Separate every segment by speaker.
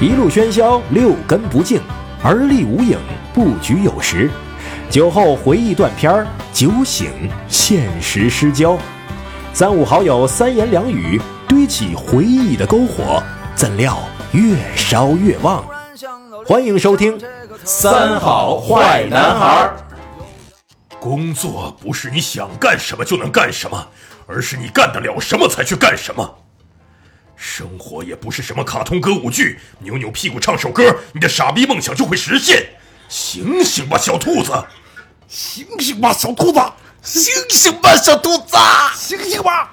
Speaker 1: 一路喧嚣，六根不净，而立无影，布局有时。酒后回忆断片儿，酒醒现实失焦。三五好友三言两语，堆起回忆的篝火，怎料越烧越旺。欢迎收听《
Speaker 2: 三好坏男孩
Speaker 3: 工作不是你想干什么就能干什么，而是你干得了什么才去干什么。生活也不是什么卡通歌舞剧，扭扭屁股唱首歌，你的傻逼梦想就会实现。醒醒吧，小兔子！
Speaker 2: 醒醒吧，小兔子！醒醒吧，小兔子！醒醒吧，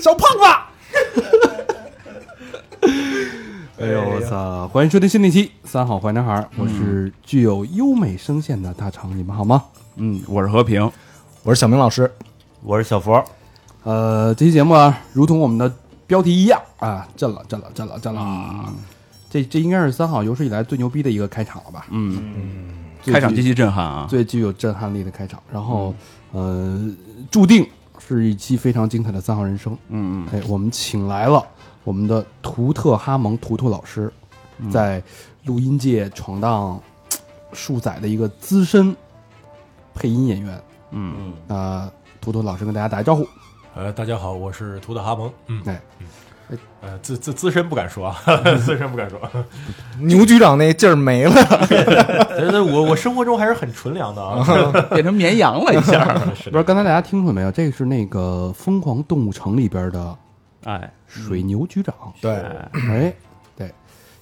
Speaker 2: 小胖子！
Speaker 4: 哎呦我操！欢迎收听新的一期《三好坏男孩》，我是具有优美声线的大成，你们好吗？
Speaker 5: 嗯，我是和平，
Speaker 6: 我是小明老师，
Speaker 7: 我是小佛。
Speaker 4: 呃，这期节目啊，如同我们的标题一样啊，震了，震了，震了，震了！这这应该是三好有史以来最牛逼的一个开场了吧？
Speaker 5: 嗯，开场极其震撼啊，
Speaker 4: 最具有震撼力的开场。然后，呃，注定是一期非常精彩的三好人生。
Speaker 5: 嗯嗯，
Speaker 4: 哎，我们请来了我们的图特哈蒙图图老师，
Speaker 5: 嗯
Speaker 4: 在录音界闯荡数载的一个资深配音演员。嗯，那图图老师跟大家打个招呼。
Speaker 8: 呃，大家好，我是图特哈蒙。嗯，
Speaker 4: 哎，
Speaker 8: 呃，资资资深不敢说啊， 资深不敢说。
Speaker 6: 牛局长那劲儿没了，
Speaker 8: 但是我我生活中还是很纯良的啊。
Speaker 5: 变成绵羊了一下。
Speaker 8: 是
Speaker 4: 不
Speaker 8: 的，
Speaker 4: 是刚才大家听出来没有？这个是那个《疯狂动物城》里边的
Speaker 5: 哎，
Speaker 4: 水牛局长。
Speaker 6: 对，
Speaker 4: 哎，对，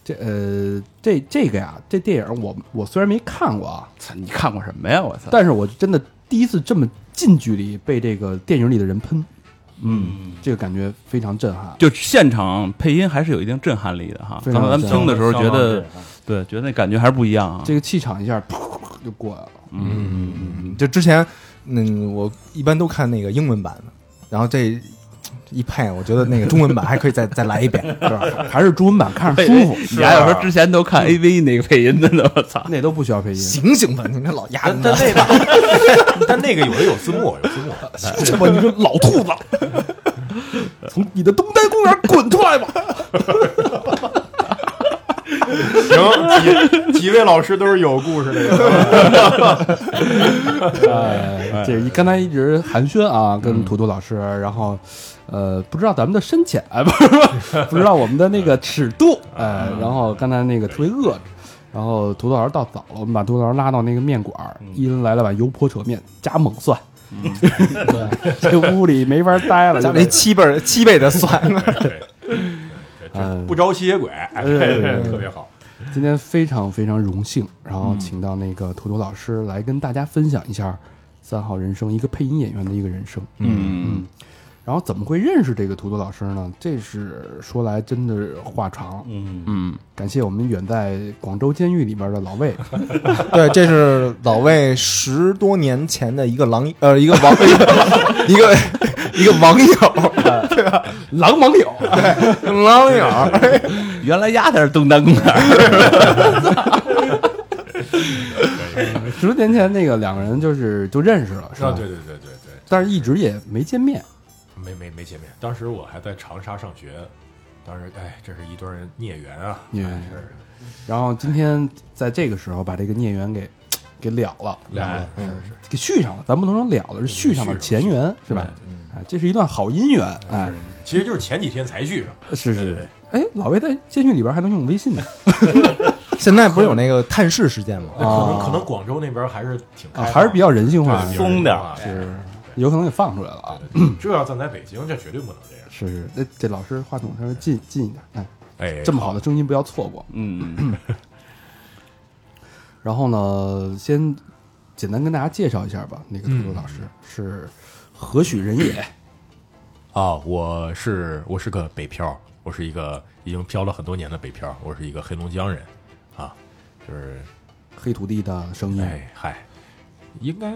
Speaker 4: 这呃，这这个呀，这电影我我虽然没看过啊，
Speaker 5: 操，你看过什么呀？我操！
Speaker 4: 但是我真的第一次这么近距离被这个电影里的人喷，嗯，这个感觉非常震撼。
Speaker 5: 就现场配音还是有一定震撼力的哈。
Speaker 4: 非
Speaker 5: 刚
Speaker 4: 常
Speaker 5: 才咱们听的时候觉得，对，觉得那感觉还是不一样啊。
Speaker 4: 这个气场一下噗就过来了，
Speaker 6: 就之前，嗯，我一般都看那个英文版的，然后这一配，我觉得那个中文版还可以再 再来一遍，是 吧？
Speaker 4: 还是中文版看着
Speaker 5: 配
Speaker 4: 舒服，
Speaker 5: 你还有说之前都看 AV 那个配音的呢，我操！
Speaker 4: 那都不需要配音。
Speaker 6: 醒醒吧，你那老丫
Speaker 8: 但但
Speaker 6: 头，
Speaker 8: 那个，但那个 有的有字幕，有字幕。
Speaker 6: 什么你 这老兔 子，从你的东单公园滚出来吧！
Speaker 8: 行，几几位老师都是有故事的。
Speaker 4: 呃，这一刚才一直寒暄啊，跟图图老师，然后呃，不知道咱们的深浅， 哎，不是，不是不知道我们的那个尺度，哎，然后刚才那个特别饿着。然后图图老师到早了，我们把图图老师拉到那个面馆儿，一人来了碗油泼扯面加猛蒜，对， 这屋里没法待了，
Speaker 6: 咱
Speaker 4: 就
Speaker 6: 们这七倍儿七倍的算，
Speaker 8: 不招吸血鬼，哎对对特别好。
Speaker 4: 今天非常非常荣幸，然后请到那个图图老师来跟大家分享一下三好人生一个配音演员的一个人生。
Speaker 5: 嗯，
Speaker 4: 然后怎么会认识这个图图老师呢？这是说来真的话长。嗯嗯，感谢我们远在广州监狱里边的老魏，
Speaker 6: 对，这是老魏十多年前的一个狼， 呃，一个网，一个一个网 友，
Speaker 4: 狼网友。
Speaker 6: 狼友，
Speaker 5: 原来丫才是东单公园。
Speaker 4: 十年前那个两个人就是就认识了，是吧？
Speaker 8: 啊，对对对对对，
Speaker 4: 但是一直也没见面。
Speaker 8: 没没没见面。当时我还在长沙上学，当时哎，这是一段孽缘啊，
Speaker 4: 孽缘
Speaker 8: 哎是
Speaker 4: 然后今天在这个时候把这个孽缘给给了了，
Speaker 8: 两个
Speaker 4: 嗯给续上了。咱不能说了了，是续上了
Speaker 8: 续上
Speaker 4: 前缘，是吧？哎，这是一段好姻缘，哎，
Speaker 8: 其实就是前几天才聚上。
Speaker 4: 是是。哎，老魏在监狱里边还能用微信呢，
Speaker 6: 现在不是有那个探视事件吗？
Speaker 8: 可能可能广州那边还是挺开放
Speaker 4: 哦啊
Speaker 8: 的
Speaker 4: 还是比较人性化的，
Speaker 8: 对
Speaker 7: 疯点儿
Speaker 8: 比较人性化
Speaker 4: 有可能给放出来了啊。
Speaker 8: 对 这要咱在北京，这绝对不能这样。
Speaker 4: 是是，那这老师话筒稍微近近一点，哎，
Speaker 8: 哎，
Speaker 4: 这么好的声音不要错过。
Speaker 5: 嗯，
Speaker 4: 然后呢，先简单跟大家介绍一下吧。那个图图老师是何许人也？
Speaker 8: 啊，我是我是个北漂，我是一个已经漂了很多年的北漂，我是一个黑龙江人，啊，就是
Speaker 4: 黑土地的声音，
Speaker 8: 哎嗨，应该，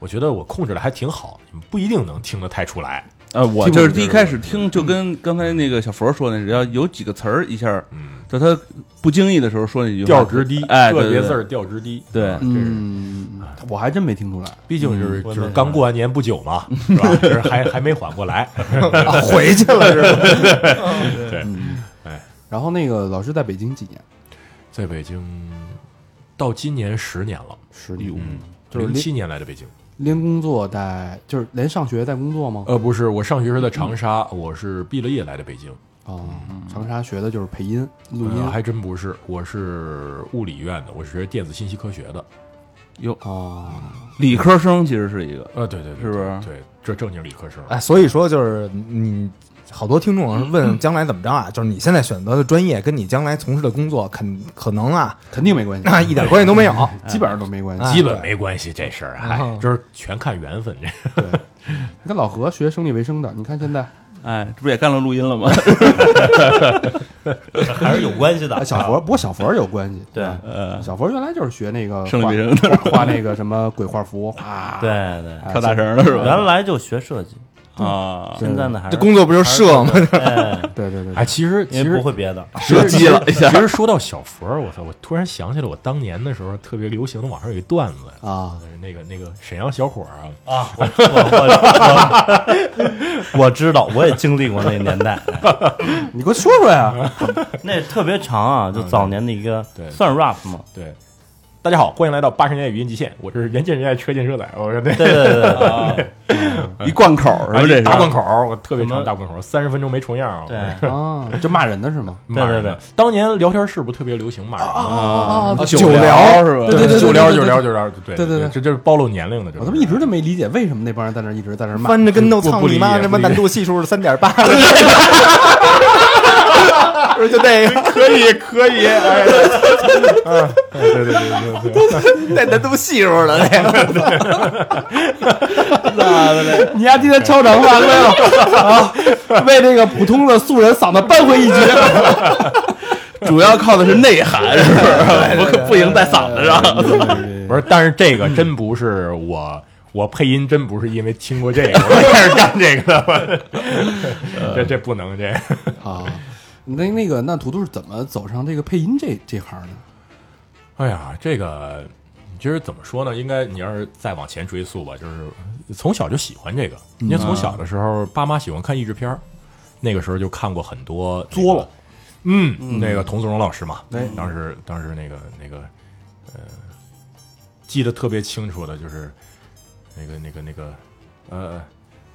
Speaker 8: 我觉得我控制的还挺好，你们不一定能听得太出来。
Speaker 5: 呃，我嗯就是第一开始听，就跟刚才那个小佛说的，只要有几个词儿一下，就他不经意的时候说那句
Speaker 8: 嗯
Speaker 5: 话
Speaker 8: 调值低，
Speaker 5: 哎，
Speaker 8: 个
Speaker 5: 对
Speaker 8: 别字
Speaker 5: 对对
Speaker 8: 儿调值低，
Speaker 5: 对
Speaker 8: 啊这是
Speaker 4: 嗯，我还真没听出来。
Speaker 8: 毕竟就是
Speaker 2: 嗯
Speaker 8: 就是刚过完年不久嘛，是吧？就是还还没缓过来，
Speaker 6: 啊回去了是吧？
Speaker 4: 然后那个老师在北京几年？
Speaker 8: 在北京到今年十年了，
Speaker 4: 十年。就是
Speaker 8: 零七年来的北京。
Speaker 4: 连工作带就是连上学带工作吗？
Speaker 8: 呃，不是，我上学时在长沙，我是毕了业来的北京。
Speaker 4: 哦，长沙学的就是配音、录音
Speaker 8: 呃，还真不是，我是物理院的，我是学电子信息科学的。
Speaker 4: 哦，
Speaker 5: 理科生其实是一个，
Speaker 8: 呃，对对对，
Speaker 5: 是不是
Speaker 8: 对，这正经理科生。
Speaker 6: 哎，所以说就是你好多听众问将来怎么着啊？就是你现在选择的专业跟你将来从事的工作肯可能啊，
Speaker 4: 肯定没关系，嗯
Speaker 6: 那 一点关系都没有。
Speaker 4: 基本上都没关系。
Speaker 6: 哎
Speaker 8: 基本没关系这事儿，
Speaker 6: 嗯
Speaker 8: 哎，这是全看缘分。这
Speaker 4: 你看老何学生理卫生的，你看现在
Speaker 5: 哎，这不也干了录音了 吗？
Speaker 2: 还是有关系的
Speaker 4: 哎。小佛，不过小佛有关系。
Speaker 2: 对
Speaker 5: 呃，
Speaker 4: 小佛原来就是学那个
Speaker 5: 生理卫生
Speaker 4: 生， 画画那个什么鬼画符，画
Speaker 2: 对对，
Speaker 5: 啊跳大绳了是吧？
Speaker 2: 原来就学设计，
Speaker 5: 啊，
Speaker 2: 现在呢还
Speaker 6: 这
Speaker 2: 是
Speaker 6: 工作不就是设 吗？
Speaker 2: 哎，
Speaker 4: 对对对
Speaker 8: 哎，
Speaker 4: 对，
Speaker 8: 其实其
Speaker 2: 因为不
Speaker 8: 实
Speaker 2: 会别的，
Speaker 5: 射击了一下
Speaker 8: 其，实说到小佛儿，我操！我突然想起了我当年的时候特别流行的网上有一段子，
Speaker 4: 啊，
Speaker 8: 那个那个沈阳小伙儿啊，
Speaker 2: 啊，我我我 我知道，我也经历过那个年代，
Speaker 4: 你给我说说呀，
Speaker 2: 那特别长啊，就早年的一个
Speaker 8: 对
Speaker 2: 算 rap 嘛，
Speaker 8: 对，大家好，欢迎来到八十年代语音极限，我是人见人爱车见车载，我说对，
Speaker 2: 对对对对
Speaker 5: 一贯口儿是吧？这是
Speaker 8: 大哎贯口儿，我特别
Speaker 2: 什
Speaker 8: 长
Speaker 2: 么
Speaker 8: 大贯口儿，三十分钟没重样啊。
Speaker 2: 对，
Speaker 4: 啊，就骂人的是吗？
Speaker 8: 骂人
Speaker 2: 对
Speaker 8: 的
Speaker 2: 对，
Speaker 8: 当年聊天室不特别流行骂人吗？
Speaker 4: 啊，
Speaker 6: 九聊
Speaker 5: 是吧？
Speaker 4: 对对对
Speaker 8: 九聊
Speaker 4: 对
Speaker 8: 九
Speaker 4: 对
Speaker 8: 聊九聊，对
Speaker 4: 对对对
Speaker 8: 这这是暴露年龄的，这
Speaker 4: 我他妈一直都没理解为什么那帮人在那儿一直在那儿骂，
Speaker 6: 翻着跟头
Speaker 8: 不
Speaker 6: 操
Speaker 8: 不
Speaker 6: 你
Speaker 8: 理
Speaker 6: 妈！
Speaker 8: 解
Speaker 6: 什
Speaker 8: 不
Speaker 6: 么
Speaker 8: 理
Speaker 6: 难
Speaker 8: 解
Speaker 6: 度系数是三点八，不是就那个
Speaker 8: 可以可以，哎，对对对对对对，
Speaker 6: 那难度系数了那个。
Speaker 4: 你丫今天超长发了有？ 啊，为这个普通的素人嗓子扳回一局。
Speaker 5: 主要靠的是内涵，是不是？不不赢在嗓子上。
Speaker 8: 不是，但是这个真不是我，我配音真不是因为听过这个，我开始干这个的，这这不能这。
Speaker 4: 啊， 那那个那图图是怎么走上这个配音这这行的？
Speaker 8: 哎呀，这个其实怎么说呢？应该你要是再往前追溯吧，就是从小就喜欢这个。因为从小的时候，爸妈喜欢看译制片儿，那个时候就看过很多作了。嗯，哎那个童自荣老师嘛，当时当时那个那个呃，记得特别清楚的就是那个那个那个呃。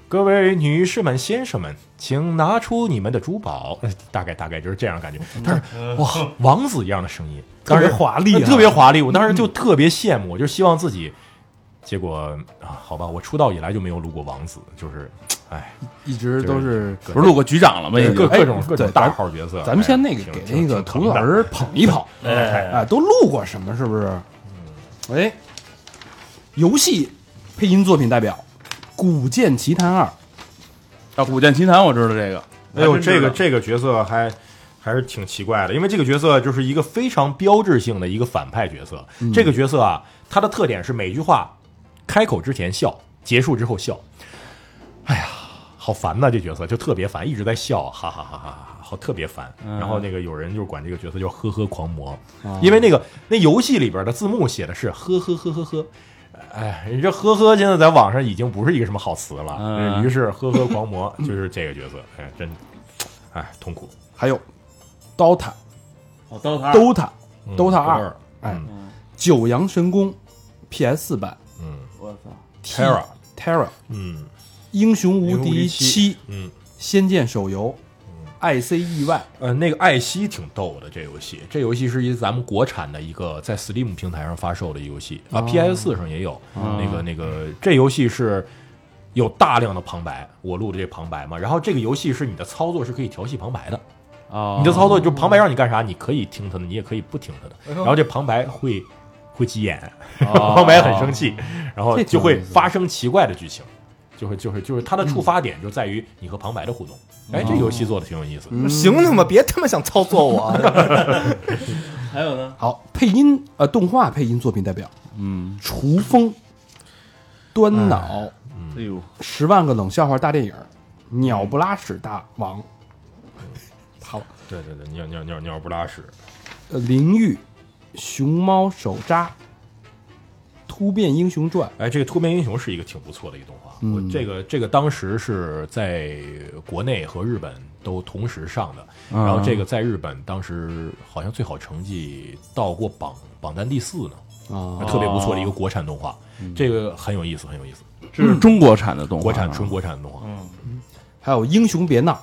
Speaker 8: 各位女士们、先生们，请拿出你们的珠宝，呃大概大概就是这样的感觉。但是哇，王子一样的声音，当时
Speaker 4: 华丽
Speaker 8: 嗯特别华丽。啊嗯我当时就特别羡慕，就是希望自己。结果啊，好吧，我出道以来就没有录过王子，就是，哎，
Speaker 4: 一直都是。
Speaker 5: 不是录过局长了吗？已
Speaker 8: 各
Speaker 5: 经
Speaker 8: 各种
Speaker 4: 哎
Speaker 8: 各种
Speaker 4: 对
Speaker 8: 大号角色。
Speaker 4: 咱们先那个
Speaker 8: 哎
Speaker 4: 给
Speaker 8: 挺
Speaker 4: 那个
Speaker 8: 挺
Speaker 4: 图
Speaker 8: 挺
Speaker 4: 图老
Speaker 8: 疼的
Speaker 4: 师捧 一捧，
Speaker 2: 哎，
Speaker 4: 哎，都录过什么？是 不是？哎，游戏配音作品代表《古剑奇谭二》
Speaker 5: 啊，《古剑奇谭》我知道这个。
Speaker 8: 哎呦，这个
Speaker 5: 还真知道
Speaker 8: 这个角色还还是挺奇怪的，因为这个角色就是一个非常标志性的一个反派角色。这个角色啊，他的特点是每句话开口之前笑，结束之后笑。哎呀，好烦呐、这角色就特别烦，一直在笑，哈哈哈哈哈，好特别烦。
Speaker 5: 嗯
Speaker 8: 然后那个有人就管这个角色叫呵呵狂魔，
Speaker 5: 哦
Speaker 8: 因为那个那游戏里边的字幕写的是呵呵呵呵呵。哎，你这呵呵，现在在网上已经不是一个什么好词了。
Speaker 5: 嗯
Speaker 8: 于是呵呵狂魔就是这个角色，哎，真哎，痛苦。
Speaker 4: 还有《DOTA》
Speaker 5: 哦，刀塔
Speaker 4: 《DOTA》
Speaker 8: 嗯
Speaker 4: DOTA 二
Speaker 8: 二，
Speaker 4: 哎
Speaker 8: 嗯，
Speaker 4: 《九阳神功》PS 版
Speaker 8: 嗯
Speaker 5: 我操，
Speaker 4: T-
Speaker 8: ，Terra，
Speaker 4: Terra》《
Speaker 8: 嗯
Speaker 4: 英雄无敌七》《
Speaker 8: 嗯，
Speaker 4: 仙剑手游》E《ICEY》
Speaker 8: 呃，那个艾希挺逗的，这游戏，这游戏是一咱们国产的一个在 Steam 平台上发售的游戏啊，PS 四上也有。那个那个，这游戏是有大量的旁白，我录的这旁白嘛。然后这个游戏是你的操作是可以调戏旁白的，
Speaker 5: 啊，
Speaker 8: 你的
Speaker 4: 哦
Speaker 8: 操作就旁白让你干啥，你可以听他的，你也可以不听他的。
Speaker 4: 哎
Speaker 8: 然后这旁白会会急眼， 旁白很生气，然后
Speaker 4: 哦这
Speaker 8: 就
Speaker 4: 挺有意
Speaker 8: 会
Speaker 4: 思的嗯
Speaker 8: 发生奇怪的剧情，就会就是就是它的触发点就在于你和旁白的互动。哎，
Speaker 4: 哦
Speaker 8: 这游戏做的挺有意思。
Speaker 4: 嗯
Speaker 6: 嗯行了吗？别他妈想操作我！
Speaker 5: 还有呢？
Speaker 4: 好，配音呃，动画配音作品代表，嗯，《雏风》《端脑》
Speaker 5: 哎呦，
Speaker 4: 十万个冷笑话大电影》《鸟不拉屎大王》
Speaker 8: 对对对，鸟鸟鸟鸟不拉屎，
Speaker 4: 呃灵玉、熊猫手札、突变英雄传，
Speaker 8: 哎，这个《突变英雄》是一个挺不错的一个动画。
Speaker 4: 嗯
Speaker 8: 我这个这个当时是在国内和日本都同时上的，
Speaker 4: 嗯
Speaker 8: 然后这个在日本当时好像最好成绩到过榜榜单第四呢，
Speaker 4: 啊，
Speaker 8: 特别不错的
Speaker 5: 哦
Speaker 8: 一个国产动画，
Speaker 5: 嗯
Speaker 8: 这个很有意思，很有意思，
Speaker 5: 这是中国产的动画，
Speaker 8: 国产纯国产的动啊画。
Speaker 5: 哦
Speaker 4: 还有英雄别闹、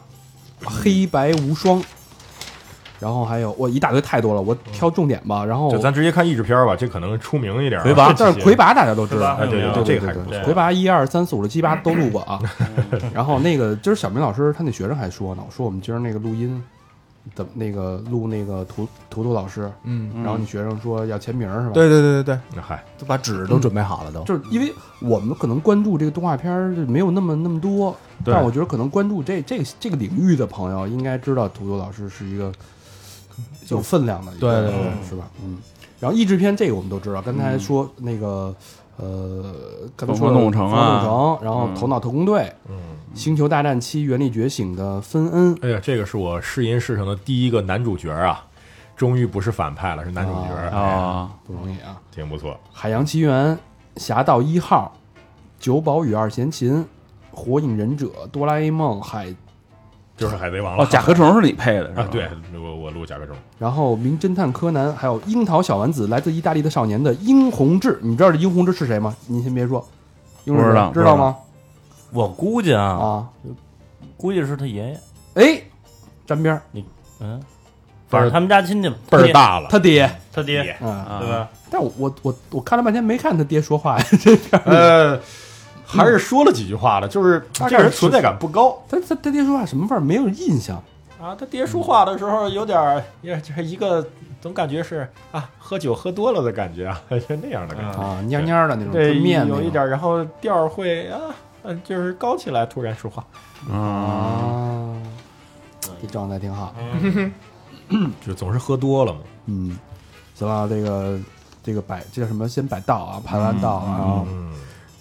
Speaker 4: 黑白无双，然后还有我一大堆太多了，我挑重点吧。然后
Speaker 8: 就咱直接看译制片儿吧，这可能出名一点儿啊。
Speaker 5: 魁拔
Speaker 4: 但是魁拔大家都知道，啊
Speaker 8: 哎，对对
Speaker 4: 对
Speaker 8: 对，
Speaker 4: 对
Speaker 8: 这
Speaker 4: 对
Speaker 8: 个还是
Speaker 4: 对
Speaker 8: 不
Speaker 4: 对
Speaker 8: 错。
Speaker 4: 魁拔一二三四五六七八都录过 啊。然后那个今儿小明老师他那学生还说呢，我说我们今儿那个录音，怎么那个录那个图图图老师，
Speaker 6: 嗯，
Speaker 4: 然后你学生说要签名是吧？
Speaker 6: 对对对对对，
Speaker 8: 那嗯嗨，
Speaker 6: 都把纸都准备好了都。
Speaker 4: 就是因为我们可能关注这个动画片儿就没有那么那么多，
Speaker 8: 对
Speaker 4: 但我觉得可能关注这这个这个领域的朋友应该知道图图老师是一个有分量的一个人，
Speaker 6: 对对对
Speaker 4: 是吧？嗯。然后译制片这个我们都知道，刚才说那个呃，刚才说了
Speaker 5: 疯狂动物城啊
Speaker 4: 疯狂动物城，然后头脑特工队，嗯，星球大战七原力觉醒的芬恩，
Speaker 8: 哎呀，这个是我试音试成的第一个男主角啊，终于不是反派了，是男主角，哎，
Speaker 5: 啊，
Speaker 4: 不容易啊，
Speaker 8: 挺不错。
Speaker 4: 海洋奇缘、侠盗一号、九宝与二弦琴、火影忍者、哆啦 A 梦、海
Speaker 8: 就是海贼王了
Speaker 5: 哦，甲壳虫是你配的是吧
Speaker 8: 啊，对，我我录甲壳虫，
Speaker 4: 然后《名侦探柯南》，还有《樱桃小丸子》，来自意大利的少年的殷洪志，你知道这殷洪志是谁吗？您先别说，殷洪志
Speaker 5: 不知道
Speaker 4: 知道吗？
Speaker 7: 我估计啊，
Speaker 4: 啊，
Speaker 7: 估计是他爷爷，
Speaker 4: 哎，沾边儿，
Speaker 7: 嗯，反正他们家亲戚嘛，
Speaker 8: 倍
Speaker 7: 他
Speaker 8: 儿
Speaker 7: 爹，
Speaker 8: 大了。
Speaker 4: 他爹
Speaker 7: 他爹，
Speaker 4: 啊。
Speaker 7: 对吧？
Speaker 4: 但我我我我看了半天没看他爹说话呀， 这片儿
Speaker 8: 呃，还是说了几句话了，就是
Speaker 4: 大概
Speaker 8: 这人
Speaker 4: 是
Speaker 8: 存在感不高
Speaker 4: 他他他爹说话什么味儿？没有印象。
Speaker 8: 啊。他爹说话的时候有点儿，也就是一个总感觉是啊，喝酒喝多了的感觉啊， 就那样的感觉。
Speaker 4: 啊，蔫蔫的那种
Speaker 8: 对，
Speaker 4: 吞面那
Speaker 8: 有
Speaker 4: 种
Speaker 8: 一点儿，然后调儿会啊，嗯，就是高起来，突然说话，
Speaker 4: 啊，这状态挺好。
Speaker 8: 就总是喝多了嘛。
Speaker 4: 嗯，行了，这个这个摆这叫什么？先摆道啊，排完道啊。然后
Speaker 8: 嗯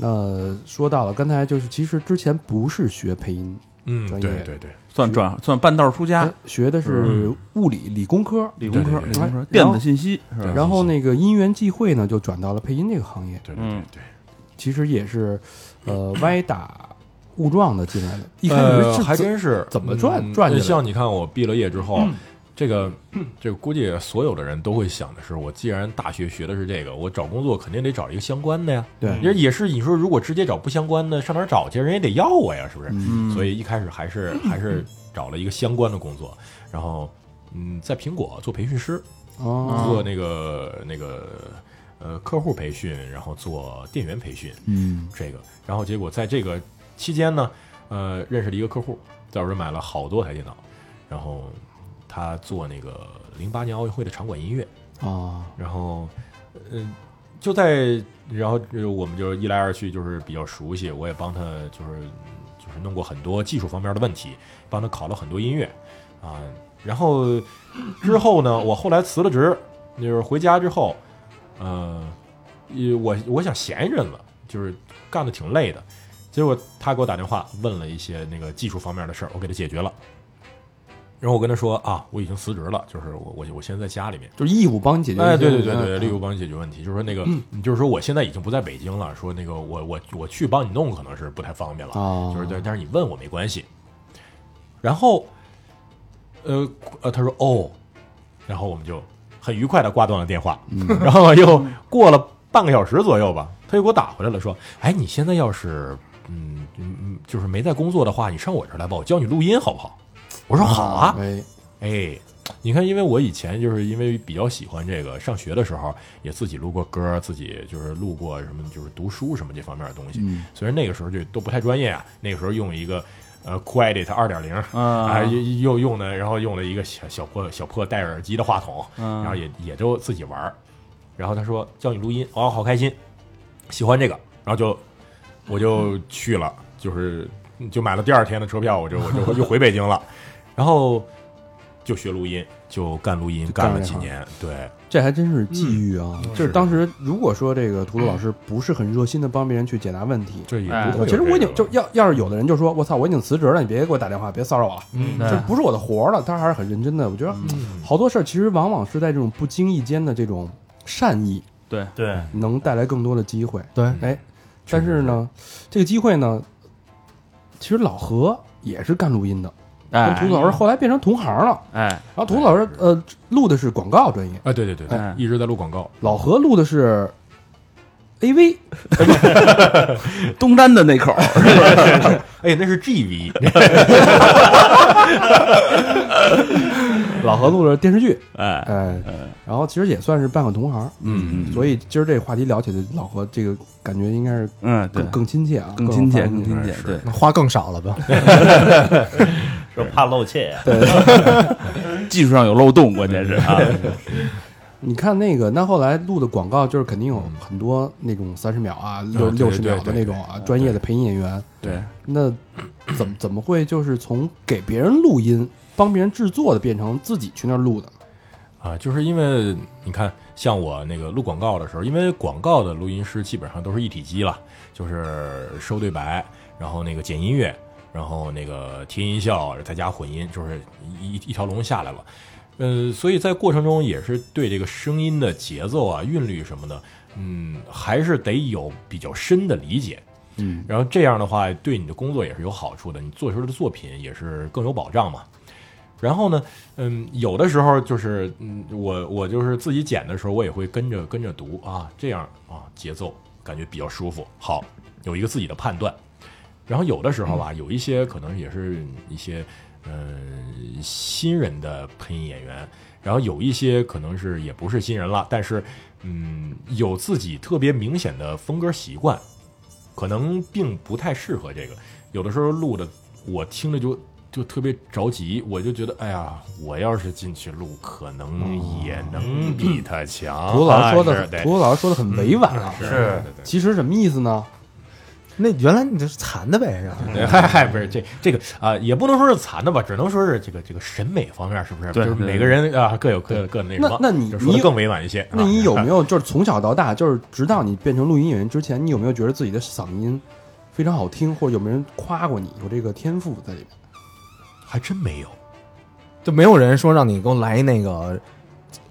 Speaker 4: 那说到了，刚才就是其实之前不是学配音，
Speaker 8: 嗯，
Speaker 4: 专
Speaker 8: 对
Speaker 4: 业
Speaker 8: 对对，
Speaker 5: 算转算半道出家
Speaker 4: 哎，学的
Speaker 8: 嗯
Speaker 4: 是物理理工科，
Speaker 5: 理工科，
Speaker 8: 对对对
Speaker 5: 理工科
Speaker 4: 哎
Speaker 5: 电子信息是吧？
Speaker 4: 然后那个因缘际会呢，就转到了配音这个行业，
Speaker 8: 对对
Speaker 5: 嗯
Speaker 8: 对
Speaker 4: 其实也是呃歪打误撞的进来的。一
Speaker 8: 对，呃还
Speaker 4: 开始是怎
Speaker 8: 真是
Speaker 4: 怎么转
Speaker 8: 嗯
Speaker 4: 转进来的嗯
Speaker 8: 像你看，我毕了业之后，这个这个估计所有的人都会想的是，我既然大学学的是这个，我找工作肯定得找一个相关的呀。
Speaker 4: 对
Speaker 8: 也也是你说，如果直接找不相关的，上哪儿找去？人也得要我呀，是不是？
Speaker 4: 嗯
Speaker 8: 所以一开始还是还是找了一个相关的工作，然后嗯，在苹果做培训师，
Speaker 4: 哦，
Speaker 8: 做那个那个呃客户培训，然后做店员培训，
Speaker 4: 嗯
Speaker 8: 这个，然后结果在这个期间呢，呃，认识了一个客户，在我这儿买了好多台电脑，然后他做那个零八年奥运会的场馆音乐，
Speaker 4: 啊
Speaker 8: 然后，嗯、就在，然后呃我们就一来二去就是比较熟悉，我也帮他就是就是弄过很多技术方面的问题，帮他考了很多音乐啊。然后之后呢，我后来辞了职，就是回家之后，呃，一我我想闲一阵子，就是干的挺累的。结果他给我打电话问了一些那个技术方面的事儿，我给他解决了。然后我跟他说啊，我已经辞职了，就是我我我现在在家里面，
Speaker 4: 就是义务帮你解决。
Speaker 8: 哎，对对对对，
Speaker 4: 嗯
Speaker 8: 利物浦帮你解决问题，就是说那个，就是说我现在已经不在北京了，说那个我我我去帮你弄可能是不太方便了，
Speaker 4: 啊，
Speaker 8: 就是对，但是你问我没关系。然后，呃呃，他说哦，然后我们就很愉快的挂断了电话，
Speaker 4: 嗯
Speaker 8: 然后又过了半个小时左右吧，他又给我打回来了，说，哎，你现在要是嗯嗯嗯就是没在工作的话，你上我这儿来吧，我教你录音好不好？我说好啊，
Speaker 4: 哎，
Speaker 8: 哎，你看，因为我以前就是因为比较喜欢这个，上学的时候也自己录过歌，自己就是录过什么，就是读书什么这方面的东西。虽然那个时候就都不太专业啊，那个时候用一个呃 Quiet 二点零啊，又又用的，然后用了一个小小破小破戴耳机的话筒，然后也也都自己玩儿。然后他说教你录音，哦，好开心，喜欢这个，然后就我就去了，就是就买了第二天的车票，我就我就又回北京了，然后。就学录音，就干录音，
Speaker 4: 就干
Speaker 8: 干
Speaker 4: 了
Speaker 8: 了
Speaker 4: 这
Speaker 8: 几
Speaker 4: 行
Speaker 8: 年，对，
Speaker 4: 这还真是
Speaker 8: 嗯
Speaker 4: 际遇啊！就是是当时如果说这个图图老师不是很热心的帮别人去解答问题，
Speaker 8: 这也
Speaker 5: 哎
Speaker 8: 不会有
Speaker 4: 我
Speaker 8: 这个。
Speaker 4: 其实我已经就要要是有的人就说我操我已经辞职了，你别给我打电话，别骚扰我了，
Speaker 5: 嗯，
Speaker 4: 这
Speaker 5: 对
Speaker 4: 不是我的活儿了。他还是很认真的，我觉得好多事儿其实往往是在这种不经意间的这种善意，
Speaker 7: 对，
Speaker 4: 能带来更多的机会。
Speaker 6: 对，
Speaker 4: 哎，但是呢，这个机会呢，其实老何也是干录音的，跟
Speaker 5: 哎
Speaker 4: 图图老师后来变成同行了。
Speaker 5: 哎
Speaker 4: 然后图图老师呃录的是广告专业，
Speaker 8: 啊，对对对对
Speaker 5: 哎，
Speaker 8: 一直在录广告，
Speaker 4: 老何录的是 AV，
Speaker 5: 东单的那口儿，
Speaker 8: 哎，那是 GV，
Speaker 4: 老何录的是电视剧，
Speaker 5: 哎
Speaker 4: 哎，然后其实也算是半个同行，
Speaker 5: 嗯嗯
Speaker 4: 所以今儿这个话题聊起来，老何这个感觉应该是
Speaker 5: 嗯，对
Speaker 4: 更，更亲切啊，
Speaker 5: 更亲切，更
Speaker 4: 更
Speaker 5: 亲切，对，
Speaker 6: 那花更少了吧？
Speaker 7: 说怕露怯呀，
Speaker 5: 技术上有漏洞，关键是啊，
Speaker 4: 你看那个，那后来录的广告就是肯定有很多那种三十秒啊、
Speaker 5: 嗯
Speaker 4: 六
Speaker 8: 对对
Speaker 4: 六十秒的
Speaker 8: 对对
Speaker 4: 那种啊，专业的配音演员。
Speaker 5: 对，
Speaker 4: 那怎么怎么会就是从给别人录音、帮别人制作的变成自己去那儿录的？
Speaker 8: 啊，就是因为你看，像我那个录广告的时候，因为广告的录音师基本上都是一体机了，就是收对白，然后那个剪音乐，然后那个贴音效，再加混音，就是一一一条龙下来了。呃，所以在过程中也是对这个声音的节奏啊、韵律什么的，嗯，还是得有比较深的理解。嗯，然后这样的话，对你的工作也是有好处的，你做出来的作品也是更有保障嘛。然后呢，嗯，有的时候就是，嗯，我我就是自己剪的时候，我也会跟着跟着读啊，这样啊，节奏感觉比较舒服，好，有一个自己的判断。然后有的时候吧，有一些可能也是一些，嗯、新人的配音演员，然后有一些可能是也不是新人了，但是，嗯，有自己特别明显的风格习惯，可能并不太适合这个。有的时候录的我听着就就特别着急，我就觉得，哎呀，我要是进去录，可能也能比他强。
Speaker 4: 图老师说的
Speaker 8: 啊，是对
Speaker 4: 图老师说的很委婉啊。
Speaker 8: 是对对对
Speaker 4: 其实什么意思呢？
Speaker 6: 那原来你这是残的呗，是吧？
Speaker 8: 对，嗨嗨，不是这这个啊、也不能说是残的吧，只能说是这个这个审美方面是不是？
Speaker 5: 对
Speaker 8: 就是
Speaker 5: 对
Speaker 8: 每个人啊各有各各的那什么。
Speaker 4: 那那你
Speaker 8: 就说的
Speaker 4: 你
Speaker 8: 更委婉一些？
Speaker 4: 那你
Speaker 8: 啊
Speaker 4: 有没有就是从小到大，就是直到你变成录音演员之前，你有没有觉得自己的嗓音非常好听，或者有没有人夸过你有这个天赋在里面？
Speaker 8: 还真没有。
Speaker 6: 就没有人说让你给我来那个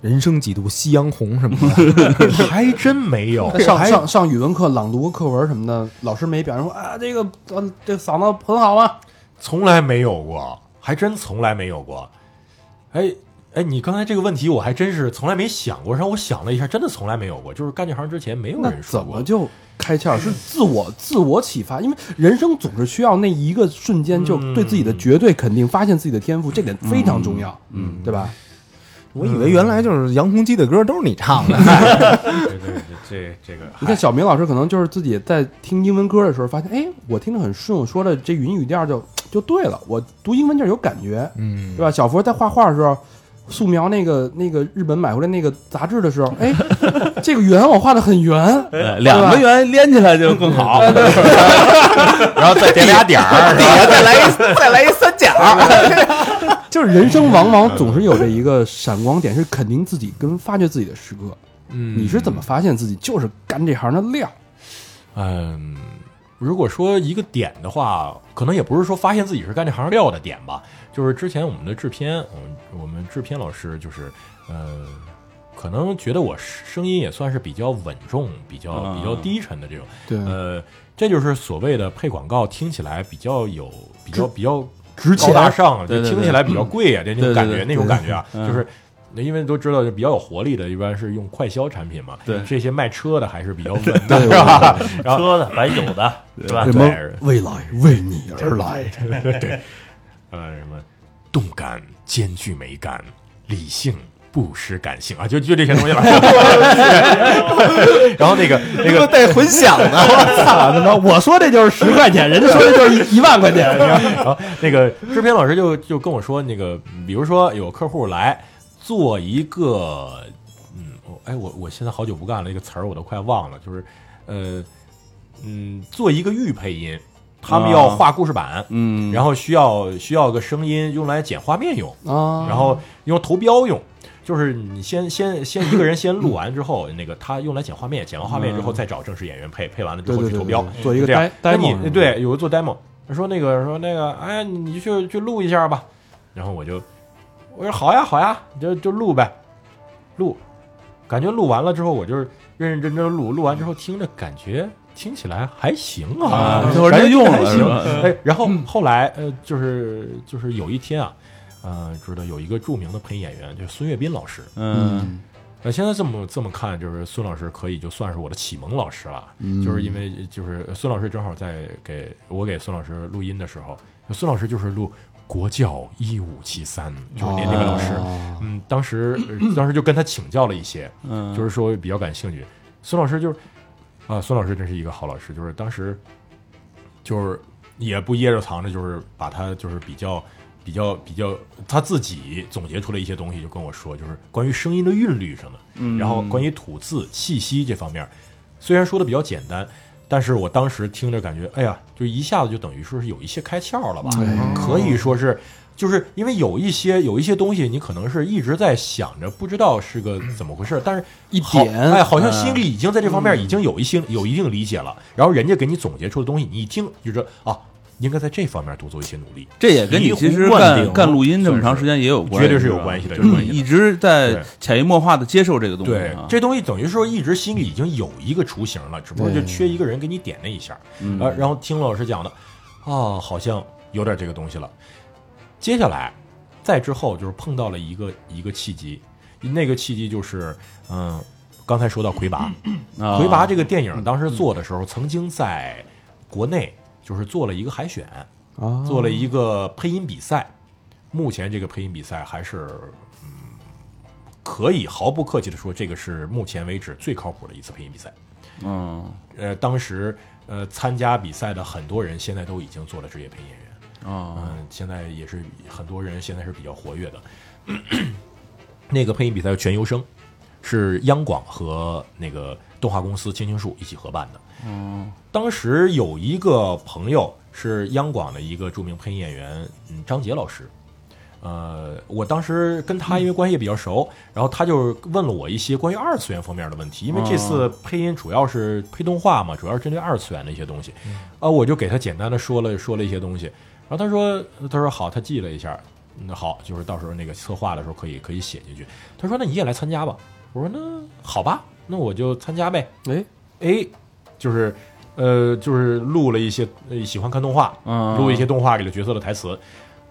Speaker 6: 人生几度夕阳红什么的，
Speaker 8: 还真没有
Speaker 4: 那。 上上上语文课朗读课文什么的，老师没表扬说啊，这个呃这个嗓子很好啊。
Speaker 8: 从来没有过，还真从来没有过。哎哎，你刚才这个问题，我还真是从来没想过。然后我想了一下，真的从来没有过，就是干这行之前没有
Speaker 4: 那
Speaker 8: 人说
Speaker 4: 怎么
Speaker 8: 过。
Speaker 4: 就开窍？是自我自我启发，因为人生总是需要那一个瞬间，就
Speaker 8: 嗯
Speaker 4: 对自己的绝对肯定，发现自己的天赋，这点非常重要，嗯，对吧？
Speaker 6: 我以为原来就是杨洪基的歌都是你唱的，
Speaker 8: 嗯对对对，这这个
Speaker 4: 你看小明老师可能就是自己在听英文歌的时候，发现哎，我听着很顺，我说的这语音语调就就对了，我读英文就是有感觉，
Speaker 6: 嗯，
Speaker 4: 对吧？小佛在画画的时候，素描那个那个日本买回来那个杂志的时候，哎， 这个圆我画的很圆，
Speaker 5: 哎两个圆连起来就更好，
Speaker 8: 然后再点俩点 儿，
Speaker 5: 底下再来一再来一三角，
Speaker 4: 就是人生往往总是有这一个闪光点，是肯定自己跟发掘自己的时刻。
Speaker 8: 嗯
Speaker 4: 你是怎么发现自己就是干这行的料？
Speaker 8: 嗯，如果说一个点的话，可能也不是说发现自己是干这行料的点吧，就是之前我们的制片，我们我们制片老师就是，呃，可能觉得我声音也算是比较稳重、比
Speaker 5: 嗯
Speaker 8: 较比较低沉的这种，
Speaker 4: 对
Speaker 8: 呃，这就是所谓的配广告，听起来比较有比较比较
Speaker 4: 值
Speaker 8: 高大上，
Speaker 5: 对
Speaker 8: 就
Speaker 5: 对
Speaker 8: 听
Speaker 5: 对
Speaker 8: 起来比较贵啊，这那种
Speaker 5: 对对
Speaker 8: 感
Speaker 5: 对
Speaker 8: 觉，那种感觉啊，
Speaker 5: 嗯
Speaker 8: 就是。那因为都知道，就比较有活力的，一般是用快消产品嘛。
Speaker 5: 对
Speaker 8: 这些卖车的还是比较稳的，
Speaker 4: 对
Speaker 8: 是吧？然后
Speaker 7: 车的白酒的，是吧
Speaker 4: 什？么
Speaker 8: 啊对
Speaker 4: 未来为你而来？
Speaker 8: 呃什么动感兼具美感，理性不失感性啊，就就这些东西了。 然后那个那个
Speaker 6: 带混 响的，
Speaker 4: 操他妈！我说这就是十块 钱，人家说这就是一万块钱。
Speaker 8: 然后那个制片老师就就跟我说，那个比如说有客户来做一个，嗯，我哎我我现在好久不干了，这个词儿我都快忘了，就是呃嗯做一个预配音，他
Speaker 6: 啊
Speaker 8: 们要画故事板，
Speaker 4: 嗯
Speaker 8: 然后需要需要个声音用来剪画面用，
Speaker 4: 啊，
Speaker 8: 然后用投标用，就是你先先先一个人先录完之
Speaker 4: 嗯
Speaker 8: 后，那个他用来剪画面，剪完画面之后再找正式演员配，配完了之
Speaker 4: 对
Speaker 8: 后
Speaker 4: 对
Speaker 8: 去
Speaker 4: 对，
Speaker 8: 投标，
Speaker 4: 对做一个
Speaker 8: 这样
Speaker 4: demo，。
Speaker 8: 那
Speaker 4: demo 是
Speaker 8: 你
Speaker 4: 吧，
Speaker 8: 对有个做 demo，他说那个说那个，哎，你去去录一下吧。然后我就我说好呀好呀，你就就录呗，录。感觉录完了之后，我就是认认真真录，录完之后听着感觉听起来还行啊，
Speaker 5: 啊最后真
Speaker 8: 感觉
Speaker 5: 用了
Speaker 8: 还行
Speaker 5: 是吧嗯
Speaker 8: 哎，然后后来呃，就是就是有一天啊，呃，知道有一个著名的配音演员，就是孙岳斌老师，
Speaker 7: 嗯，
Speaker 8: 呃，现在这么这么看，就是孙老师可以就算是我的启蒙老师了，
Speaker 5: 嗯
Speaker 8: 就是因为就是孙老师正好在给我给孙老师录音的时候，孙老师就是录国教一五七三，
Speaker 4: 啊
Speaker 5: 哦
Speaker 8: 就是那那个老师，
Speaker 4: 哦
Speaker 8: 嗯，当时呃当时就跟他请教了一些，
Speaker 7: 嗯
Speaker 8: 就是说比较感兴趣。孙老师就是啊，孙老师真是一个好老师，就是当时就是也不掖着藏着，就是把他就是比较。比较比较，他自己总结出了一些东西，就跟我说，就是关于声音的韵律上的，然后关于吐字、气息这方面，虽然说的比较简单，但是我当时听着感觉，哎呀，就一下子就等于说是有一些开窍了吧，可以说是，就是因为有一些有一些东西，你可能是一直在想着，不知道是个怎么回事，但是一
Speaker 4: 点
Speaker 8: 哎，好像心里已经在这方面已经有一些有一定理解了，然后人家给你总结出的东西，你一听就知道啊，应该在这方面多做一些努力，
Speaker 5: 这也跟你其实干干录音这么长时间也有关系，
Speaker 8: 绝对是有关系的
Speaker 5: 就是
Speaker 8: 有关系的
Speaker 5: 你一直在
Speaker 8: 对
Speaker 5: 潜移默化的接受这个东西
Speaker 8: 对
Speaker 5: 啊，，
Speaker 8: 这东西等于说一直心里已经有一个雏形了，只不过就
Speaker 4: 对
Speaker 8: 缺一个人给你点那一下。
Speaker 5: 嗯
Speaker 8: 呃，然后听老师讲的，啊，好像有点这个东西了。接下来，再之后就是碰到了一个一个契机，那个契机就是，嗯，刚才说到魁拔，
Speaker 5: 啊
Speaker 8: 魁拔这个电影当时做的时候，曾经在国内就是做了一个海选，
Speaker 4: 啊，
Speaker 8: 做了一个配音比赛。目前这个配音比赛还是，嗯，可以毫不客气的说，这个是目前为止最靠谱的一次配音比赛。
Speaker 5: 嗯
Speaker 8: 呃，当时呃参加比赛的很多人现在都已经做了职业配音演员，
Speaker 5: 啊
Speaker 8: 嗯，现在也是很多人现在是比较活跃的。 那个配音比赛叫全优生，是央广和那个动画公司青青树一起合办的。嗯，当时有一个朋友是央广的一个著名配音演员，嗯，张杰老师。呃，我当时跟他因为关系比较熟，然后他就问了我一些关于二次元方面的问题，因为这次配音主要是配动画嘛，主要是针对二次元的一些东西。啊，我就给他简单的说了说了一些东西，然后他说他说好，他记了一下，那好，就是到时候那个策划的时候可以可以写进去。他说那你也来参加吧，我说那好吧，那我就参加呗。
Speaker 4: 哎，
Speaker 8: 哎，就是呃，就是录了一些、呃、喜欢看动画，
Speaker 5: 嗯
Speaker 8: 录一些动画里的角色的台词，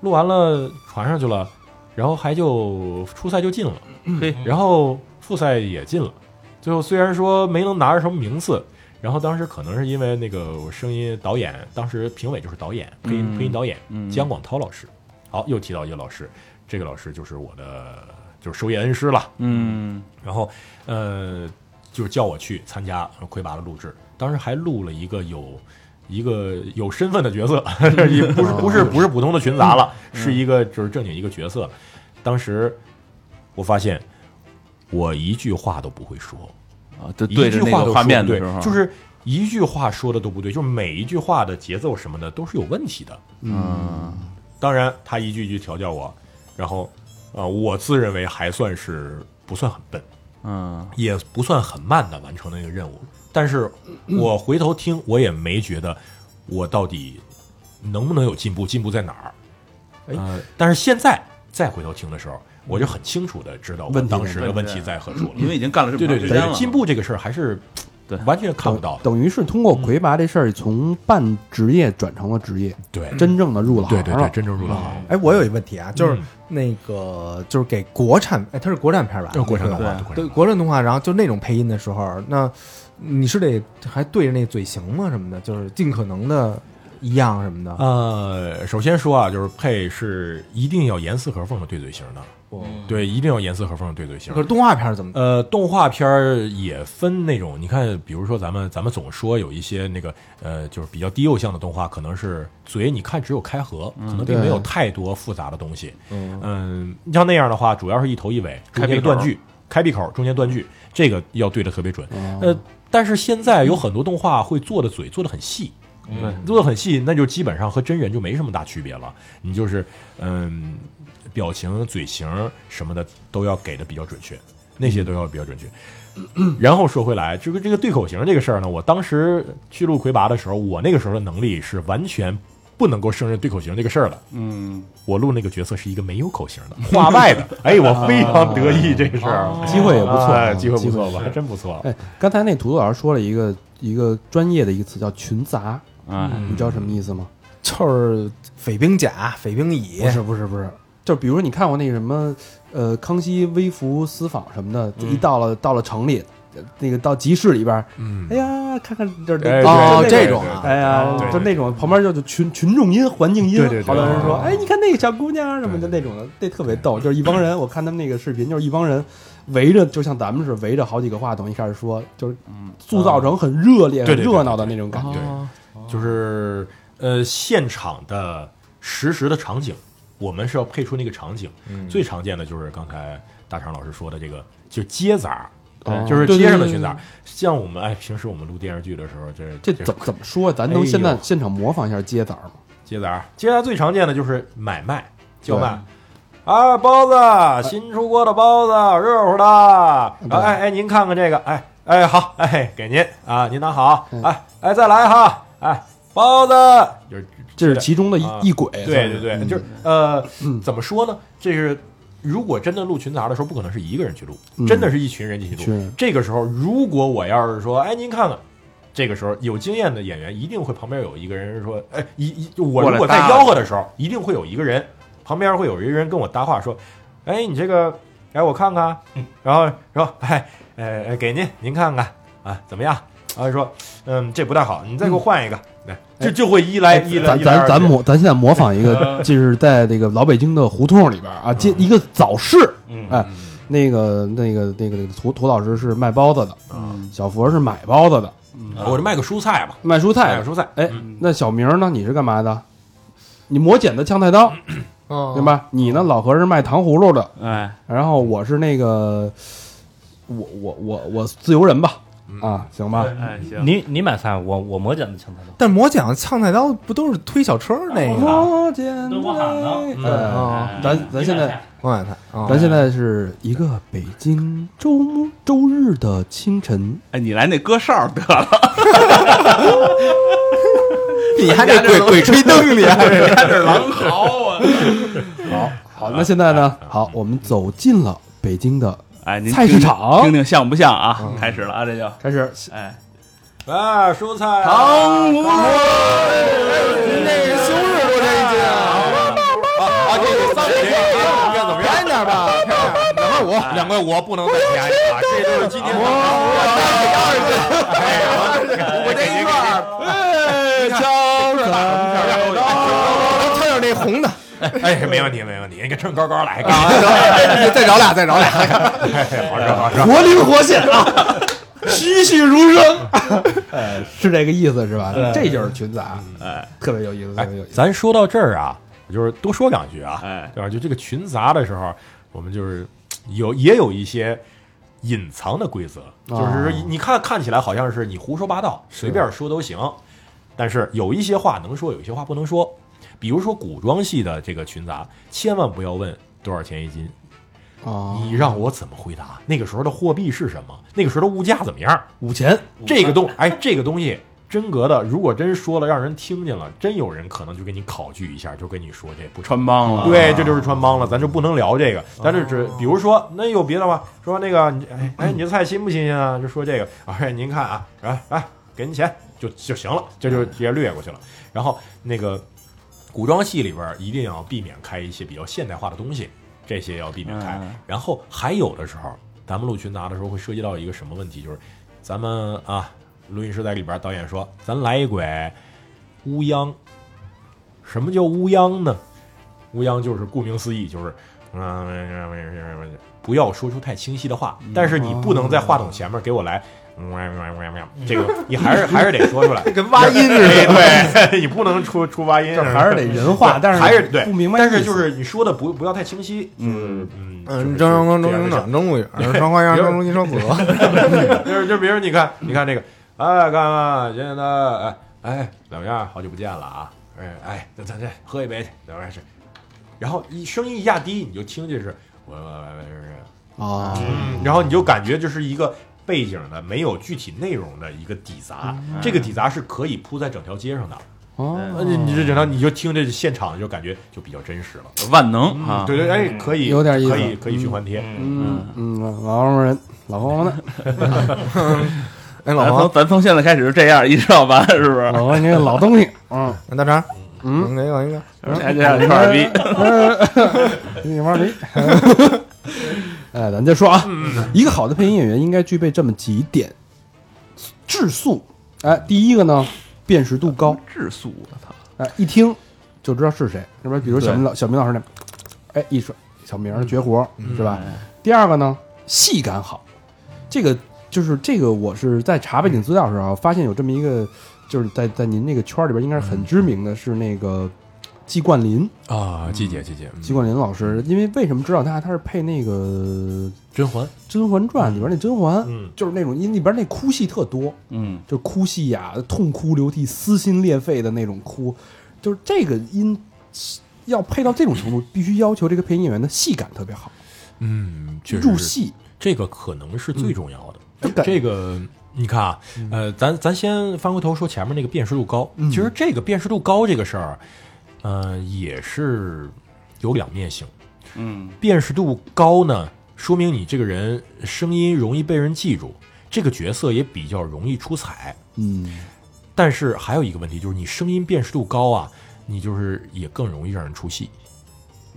Speaker 8: 录完了传上去了，然后还就初赛就进了，
Speaker 5: 嘿
Speaker 8: 然后复赛也进了，最后虽然说没能拿着什么名次。然后当时可能是因为那个我声音导演，当时评委就是导演，配音、配音导演姜广涛老师。好，又提到一个老师，这个老师就是我的就是授业恩师了。
Speaker 5: 嗯
Speaker 8: 然后呃，就是叫我去参加呃魁拔的录制，当时还录了一个有一个有身份的角色， 也不是不是不是普通的群杂了，是一个就是正经一个角色。当时我发现我一句话都不会说，
Speaker 5: 啊，就
Speaker 8: 一
Speaker 5: 对着
Speaker 8: 句
Speaker 5: 那
Speaker 8: 话都说
Speaker 5: 个画面
Speaker 8: 不
Speaker 5: 的
Speaker 8: 对
Speaker 5: 时候，
Speaker 8: 就是。一句话说的都不对，就是每一句话的节奏什么的都是有问题的。
Speaker 5: 嗯
Speaker 8: 当然，他一句一句调教我，然后，呃，我自认为还算是不算很笨，
Speaker 5: 嗯
Speaker 8: 也不算很慢的完成了那个任务，但是我回头听，我也没觉得我到底能不能有进步，进步在哪儿。呃，但是现在再回头听的时候，我就很清楚的知道我
Speaker 4: 问题在
Speaker 8: 当时的问题在何处了。
Speaker 5: 因为已经干了这
Speaker 8: 对
Speaker 5: 么
Speaker 8: 对
Speaker 5: 长时
Speaker 8: 对
Speaker 5: 间了，
Speaker 8: 对，进步这个事儿还是
Speaker 5: 对
Speaker 8: 完全看不到的。
Speaker 4: 等于是通过魁拔这事儿，从半职业转成了职业，
Speaker 8: 对
Speaker 4: 真正的入了行啊
Speaker 8: 对
Speaker 4: 了。
Speaker 8: 对对，真正入了行。
Speaker 6: 哎，我有一问题啊，就是
Speaker 8: 嗯
Speaker 6: 那个就是给国产，哎，它是国产片吧？
Speaker 8: 这哦国产动
Speaker 6: 对
Speaker 8: 画，
Speaker 6: 吧
Speaker 8: 国产
Speaker 6: 对
Speaker 8: 动画
Speaker 6: 国产动画，然后就那种配音的时候，那你是得还对着那嘴型吗？什么的，就是尽可能的一样什么的。
Speaker 8: 呃，首先说啊，就是配是一定要严丝合缝的对嘴型的，对，一定要严丝合缝的对嘴型
Speaker 6: 可。是动画片怎么？
Speaker 8: 呃，动画片儿也分那种，你看，比如说咱们咱们总说有一些那个呃，就是比较低幼向的动画，可能是嘴你看只有开合，可能并没有
Speaker 4: 对
Speaker 8: 太多复杂的东西。嗯，你像那样的话，主要是一头一尾，中间断句，开闭口，中间断句，哦这个要对的特别准。呃，但是现在有很多动画会做的嘴做的很细，对，做的很细，那就基本上和真人就没什么大区别了。你就是嗯，表情、嘴型什么的都要给的比较准确，那些都要比较准确。然后说回来，这个这个对口型这个事儿呢，我当时去录魁拔的时候，我那个时候的能力是完全不能够胜任对口型这个事儿的。嗯，我录那个角色是一个没有口型的 话外的，哎，我非常得意这个事儿，
Speaker 4: 哦机会也不错
Speaker 8: 哎
Speaker 4: 啊
Speaker 8: 机会不
Speaker 4: 机会
Speaker 8: 错吧，还真不错。
Speaker 4: 哎，刚才那土豆老师说了一个一个专业的一个词叫群杂，
Speaker 7: 嗯，
Speaker 4: 你知道什么意思吗？
Speaker 6: 就是匪兵甲、匪兵乙
Speaker 4: 不，是不是不是，就比如说你看过那个什么，呃，康熙微服私访什么
Speaker 8: 嗯
Speaker 4: 的，一到了到了城里，呃那个到集市里边儿，哎呀，看看这
Speaker 8: 嗯哎
Speaker 4: 这
Speaker 8: 对
Speaker 6: 哦
Speaker 4: 这
Speaker 6: 这种啊
Speaker 4: 哎呀，就那种旁边就就群群众音、环境音
Speaker 8: 对对对，
Speaker 4: 好多人说，哎，你看那个小姑娘啊什么的那种的，那特别逗，就是一帮人，我看他们那个视频，就是一帮人。围着就像咱们是围着好几个话筒，一开始说就是塑造成很热烈、
Speaker 8: 嗯对对
Speaker 4: 很
Speaker 8: 对
Speaker 4: 热闹的那种感觉。
Speaker 8: 对，就是呃，现场的实时的场景，我们是要配出那个场景。
Speaker 4: 嗯
Speaker 8: 最常见的就是刚才大长老师说的这个，就街杂儿。就是
Speaker 4: 哦对对
Speaker 8: 街上的
Speaker 4: 对
Speaker 8: 群杂儿，像我们哎，平时我们录电视剧的时候，这
Speaker 4: 这
Speaker 8: 这
Speaker 4: 怎么怎么说？啊咱
Speaker 8: 哎
Speaker 4: 能现在现场模仿一下街仔吗？
Speaker 8: 街杂儿，街杂儿最常见的就是买卖叫卖。啊，包子，新出锅的包子，热乎的。啊
Speaker 4: 嗯对
Speaker 8: 哎哎，您看看这个，哎哎好，哎给您啊，您拿好，
Speaker 4: 嗯
Speaker 8: 哎哎再来哈，哎包子，就是
Speaker 4: 这是其中的一
Speaker 8: 啊
Speaker 4: 一轨。嗯
Speaker 8: 对对对，就是呃，怎么说呢？这是如果真的录群杂的时候，不可能是一个人去录，真的是一群人进去录
Speaker 4: 嗯是。
Speaker 8: 这个时候，如果我要是说，哎，您看看。这个时候有经验的演员一定会旁边有一个人说，哎，一一就我如果在吆喝的时候，一定会有一个人旁边会有一个人跟我搭话说，哎，你这个，哎，我看看，
Speaker 4: 嗯
Speaker 8: 然后说，哎，呃，哎给您，您看看啊，怎么样？啊，说，嗯，这不太好，你再给我换一个，来，就就会一来一来，
Speaker 4: 嗯哎咱
Speaker 8: 一来
Speaker 4: 咱
Speaker 8: 二
Speaker 4: 咱
Speaker 8: 去嗯
Speaker 4: 模，咱现在模仿一个，就是在这个老北京的胡同里边啊，街一个早市，
Speaker 8: 嗯
Speaker 4: 哎，那个那个那个那个涂涂老师是卖包子的，小佛是买包子的，
Speaker 8: 我就卖个蔬菜吧，
Speaker 4: 卖蔬菜
Speaker 8: 卖
Speaker 4: 的
Speaker 8: 个。蔬菜。
Speaker 4: 哎，那小明呢？你是干嘛的？你磨剪子、呛菜刀，
Speaker 6: 啊
Speaker 4: 对吧？你呢，老何是卖糖葫芦的，
Speaker 7: 哎，
Speaker 4: 然后我是那个，我我我我自由人吧，啊，行吧，
Speaker 7: 哎，行，你你买菜，我我磨剪子抢菜刀，
Speaker 6: 但魔奖呛菜刀不都是推小车儿那
Speaker 8: 哦
Speaker 6: 个？
Speaker 4: 我见
Speaker 7: 对我喊的
Speaker 4: 哎
Speaker 6: 哦
Speaker 4: 咱咱现在
Speaker 6: 我买菜，哦
Speaker 4: 咱现在是一个北京周末周日的清晨，
Speaker 5: 哎，你来那歌哨得了，
Speaker 6: 你还得鬼鬼吹 灯里还是
Speaker 4: 好，嗯那现在呢？好，我们走进了北京的
Speaker 5: 哎，您
Speaker 4: 菜市
Speaker 5: 听
Speaker 4: 场
Speaker 5: 听听像不像啊？开始了啊，这就
Speaker 4: 开始，
Speaker 5: 哎，
Speaker 8: 啊，蔬菜啊，
Speaker 5: 糖葫芦
Speaker 6: 那是西红柿多这一
Speaker 8: 嗯
Speaker 6: 斤啊！
Speaker 8: 啊，这个三十块，怎么样？
Speaker 6: 便宜点吧，两块五。
Speaker 8: 两块五不能再便宜啊！这就是今天的。
Speaker 6: 我这一串儿，看着那红 的，
Speaker 8: 哎，没问题，没问题，你给秤高高来。
Speaker 6: 再找俩，再找俩。
Speaker 8: 好吃，好吃。
Speaker 4: 活灵活现啊，栩栩如生，哎，是这个意思是吧？这就是群杂，哎，特别有意思，特
Speaker 8: 哎
Speaker 4: 别有，意思。
Speaker 8: 咱说到这儿啊，我就是多说两句啊，
Speaker 5: 哎
Speaker 8: 对吧？就这个群杂的时候，我们就是有也有一些隐藏的规则，
Speaker 4: 啊
Speaker 8: 就是说你看看起来好像是你胡说八道，随便说都行，但是有一些话能说，有一些话不能说。比如说古装戏的这个群杂，千万不要问多少钱一斤，
Speaker 4: 啊，
Speaker 8: 你让我怎么回答？那个时候的货币是什么？那个时候的物价怎么样？
Speaker 4: 五钱，
Speaker 8: 这个东哎，这个东西真格的，如果真说了让人听见了，真有人可能就给你考据一下，就跟你说这不成。
Speaker 5: 穿帮
Speaker 4: 啊
Speaker 5: 了，
Speaker 8: 对，这就是穿帮了，咱就不能聊这个，咱就
Speaker 4: 哦
Speaker 8: 只比如说，那有别的吗？说那个，你哎哎，你这菜新不新鲜啊？就说这个，哎，您看啊，哎哎，给您钱就就行了，这就直接略过去了。然后那个古装戏里边儿一定要避免开一些比较现代化的东西，这些要避免开。
Speaker 5: 嗯
Speaker 8: 然后还有的时候，咱们录群杂的时候会涉及到一个什么问题，就是咱们啊，录音师在里边儿，导演说咱来一轨乌泱。什么叫乌泱呢？乌泱就是顾名思义，就是嗯，不要说出太清晰的话，但是你不能在话筒前面给我来。嗯 这个你还是还是得说出来，跟挖音似的。 对，你不能出出挖音，
Speaker 4: 还是得人话，但是
Speaker 8: 还是对
Speaker 4: 不明白意
Speaker 8: 但
Speaker 4: 思，
Speaker 8: 是就是你说的不不要太清晰，嗯嗯
Speaker 6: 嗯，蒸羊羔，蒸熊掌，蒸鹿眼儿，双花样，蒸龙筋，双子鹅。
Speaker 8: 就是就比如你看，你看这个，哎，看看现在，哎哎，老样儿，好久不见了啊！哎哎，咱咱这喝一杯去，老样是。然后一声音一压低，你就听见是喂喂喂喂喂，
Speaker 4: 啊，
Speaker 8: 嗯，然后你就感觉就是一个背景的没有具体内容的一个底杂，
Speaker 4: 嗯
Speaker 8: 这个底杂是可以铺在整条街上的。
Speaker 4: 哦
Speaker 8: 呃，你这整条你就听着现场就感觉就比较真实了。
Speaker 5: 万能啊！
Speaker 8: 对对，哎，可以，
Speaker 4: 有点意思
Speaker 8: 可以可以循环贴。
Speaker 4: 嗯嗯，老黄人，老黄呢？
Speaker 6: 哎，老
Speaker 5: 咱
Speaker 6: 王
Speaker 5: 从，咱从现在开始就这样，一直到完，是不是？
Speaker 4: 老黄，你这老东西，嗯，
Speaker 6: 那大肠，嗯，哪个哪个？
Speaker 5: 哎这样一块儿 逼，
Speaker 4: 你玩驴。哎，咱再说啊，一个好的配音演员应该具备这么几点质素。哎，第一个呢，辨识度高，
Speaker 5: 质素，我操！
Speaker 4: 哎，一听就知道是谁，是吧？比如小明老小明老师那，哎，一说小明儿绝活儿是吧？第二个呢，戏感好，这个就是这个，我是在查背景资料的时候啊发现有这么一个，就是在在您那个圈儿里边应该是很知名的，是那个季冠霖，
Speaker 8: 啊，季姐，季姐，
Speaker 4: 季冠霖老师，因为为什么知道他？他是配那个
Speaker 8: 甄嬛，
Speaker 4: 《甄嬛传》里边那甄嬛，
Speaker 8: 嗯
Speaker 4: 就是那种因为里边那哭戏特多，
Speaker 5: 嗯，
Speaker 4: 就哭戏呀、痛哭流涕、撕心裂肺的那种哭，就是这个音要配到这种程度，必须要求这个配音演员的戏感特别好，
Speaker 8: 嗯，确
Speaker 4: 入
Speaker 8: 实是，
Speaker 4: 戏。嗯
Speaker 8: 这个可能是最重要的。
Speaker 4: 就感
Speaker 8: 这个你看啊，
Speaker 4: 嗯
Speaker 8: 呃，咱咱先翻回头说前面那个辨识度高，其实这个辨识度高这个事儿，呃，也是有两面性。
Speaker 5: 嗯，
Speaker 8: 辨识度高呢，说明你这个人声音容易被人记住，这个角色也比较容易出彩。
Speaker 4: 嗯，
Speaker 8: 但是还有一个问题就是，你声音辨识度高啊，你就是也更容易让人出戏。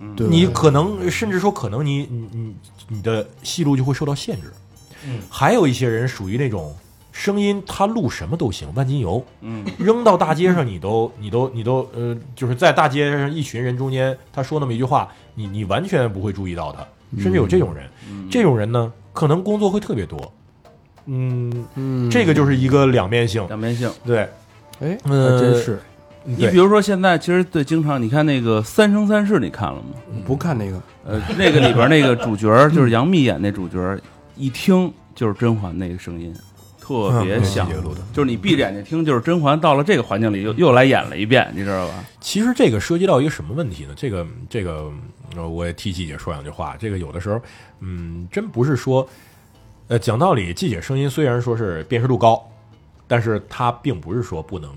Speaker 4: 嗯对，
Speaker 8: 你可能甚至说，可能你你你你的戏路就会受到限制。嗯，还有一些人属于那种声音，他录什么都行，万金油。
Speaker 5: 嗯，
Speaker 8: 扔到大街上，你都你都你都呃，就是在大街上一群人中间，他说那么一句话，你你完全不会注意到他，甚至有这种人。这种人呢，可能工作会特别多。嗯，
Speaker 4: 嗯，
Speaker 8: 这个就是一个两面性。
Speaker 5: 两面性。
Speaker 8: 对，
Speaker 4: 哎，还
Speaker 8: 呃
Speaker 4: 真是
Speaker 5: 你比如说现在，其实对经常你看那个《三生三世》，你看了 吗？
Speaker 4: 不看那个，
Speaker 5: 呃，那个里边那个主角儿就是杨幂演那主角儿，一听就是甄嬛那个声音，特别像，
Speaker 8: 呃
Speaker 5: 就是你闭着眼睛听，就是甄嬛到了这个环境里又又来演了一遍，你知道吧？
Speaker 8: 其实这个涉及到一个什么问题呢？这个这个，呃我也替季姐说两句话。这个有的时候，嗯，真不是说，呃，讲道理，季姐声音虽然说是辨识度高，但是她并不是说不能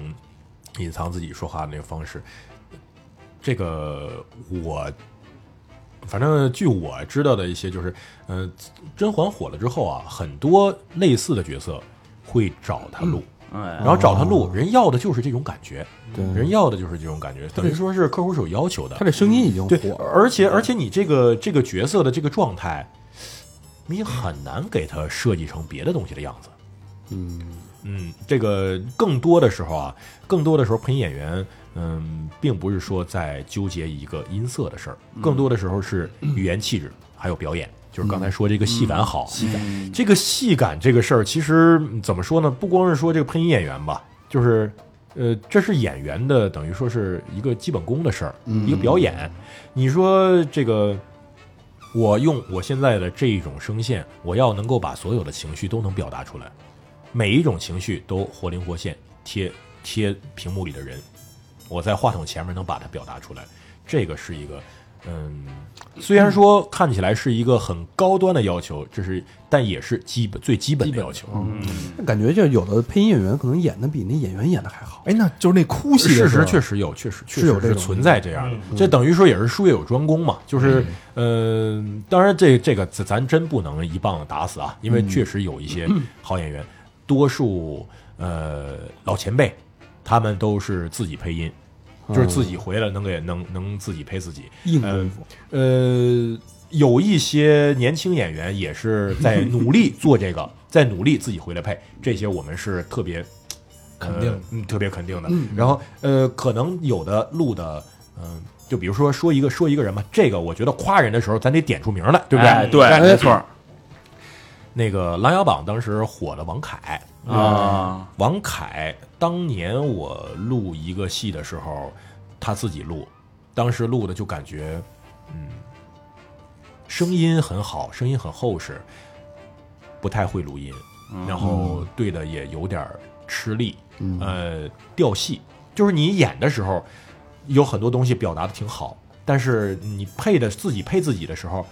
Speaker 8: 隐藏自己说话的那个方式。这个我，反正据我知道的一些，就是，呃，甄嬛火了之后啊，很多类似的角色会找她录。
Speaker 5: 哎
Speaker 8: 然，后找他录，人要的就是这种感觉，
Speaker 4: 对
Speaker 8: 人要的就是这种感觉，等于说是客户是有要求的
Speaker 4: 他。这声音已经
Speaker 8: 对，
Speaker 4: 火了，
Speaker 8: 而且而且你这个这个角色的这个状态，你很难给他设计成别的东西的样子。嗯嗯，这个更多的时候啊，更多的时候配音演员，嗯，并不是说在纠结一个音色的事儿，更多的时候是语言气质还有表演。就是刚才说这个戏感好，嗯戏感这个戏感这个事儿，其实嗯怎么说呢？不光是说这个配音演员吧，就是呃，这是演员的等于说是一个基本功的事儿，一个表演。你说这个，我用我现在的这一种声线，我要能够把所有的情绪都能表达出来，每一种情绪都活灵活现，贴贴屏幕里的人，我在话筒前面能把它表达出来，这个是一个，嗯，虽然说看起来是一个很高端的要求，这是，但也是基本最基本的要求。
Speaker 4: 感觉就有的配音演员可能演的比那演员演的还好。
Speaker 6: 哎，那就是那哭戏
Speaker 8: 事
Speaker 6: 的时候，
Speaker 8: 实确实有，确实确
Speaker 4: 是有
Speaker 8: 实
Speaker 4: 这
Speaker 8: 是
Speaker 4: 种
Speaker 8: 存在这样的，这等于说也是术业有专攻嘛，就是呃，当然这这个咱咱真不能一棒子打死啊，因为确实有一些好演员，多数呃老前辈他们都是自己配音，就是自己回来能给能能自己配自己，
Speaker 4: 硬
Speaker 8: 呃
Speaker 4: 功夫，
Speaker 8: 呃，有一些年轻演员也是 在努力做这个，在努力自己回来配，这些我们是特别肯定、嗯，特别肯定的。然后呃，可能有的录的，嗯、就比如说说一个说一个人嘛，这个我觉得夸人的时候，咱得点出名来，对不对？
Speaker 5: 哎对，没错儿
Speaker 8: 那个《琅琊榜》当时火的王凯，
Speaker 5: 啊，
Speaker 8: 王凯当年我录一个戏的时候，他自己录，当时录的就感觉，嗯，声音很好，声
Speaker 5: 嗯
Speaker 8: 音很厚实，不太会录音，然后对的也有点儿吃力，
Speaker 4: 嗯
Speaker 8: 呃，掉戏，就是你演的时候有很多东西表达的挺好，但是你配的自己配自己的时候。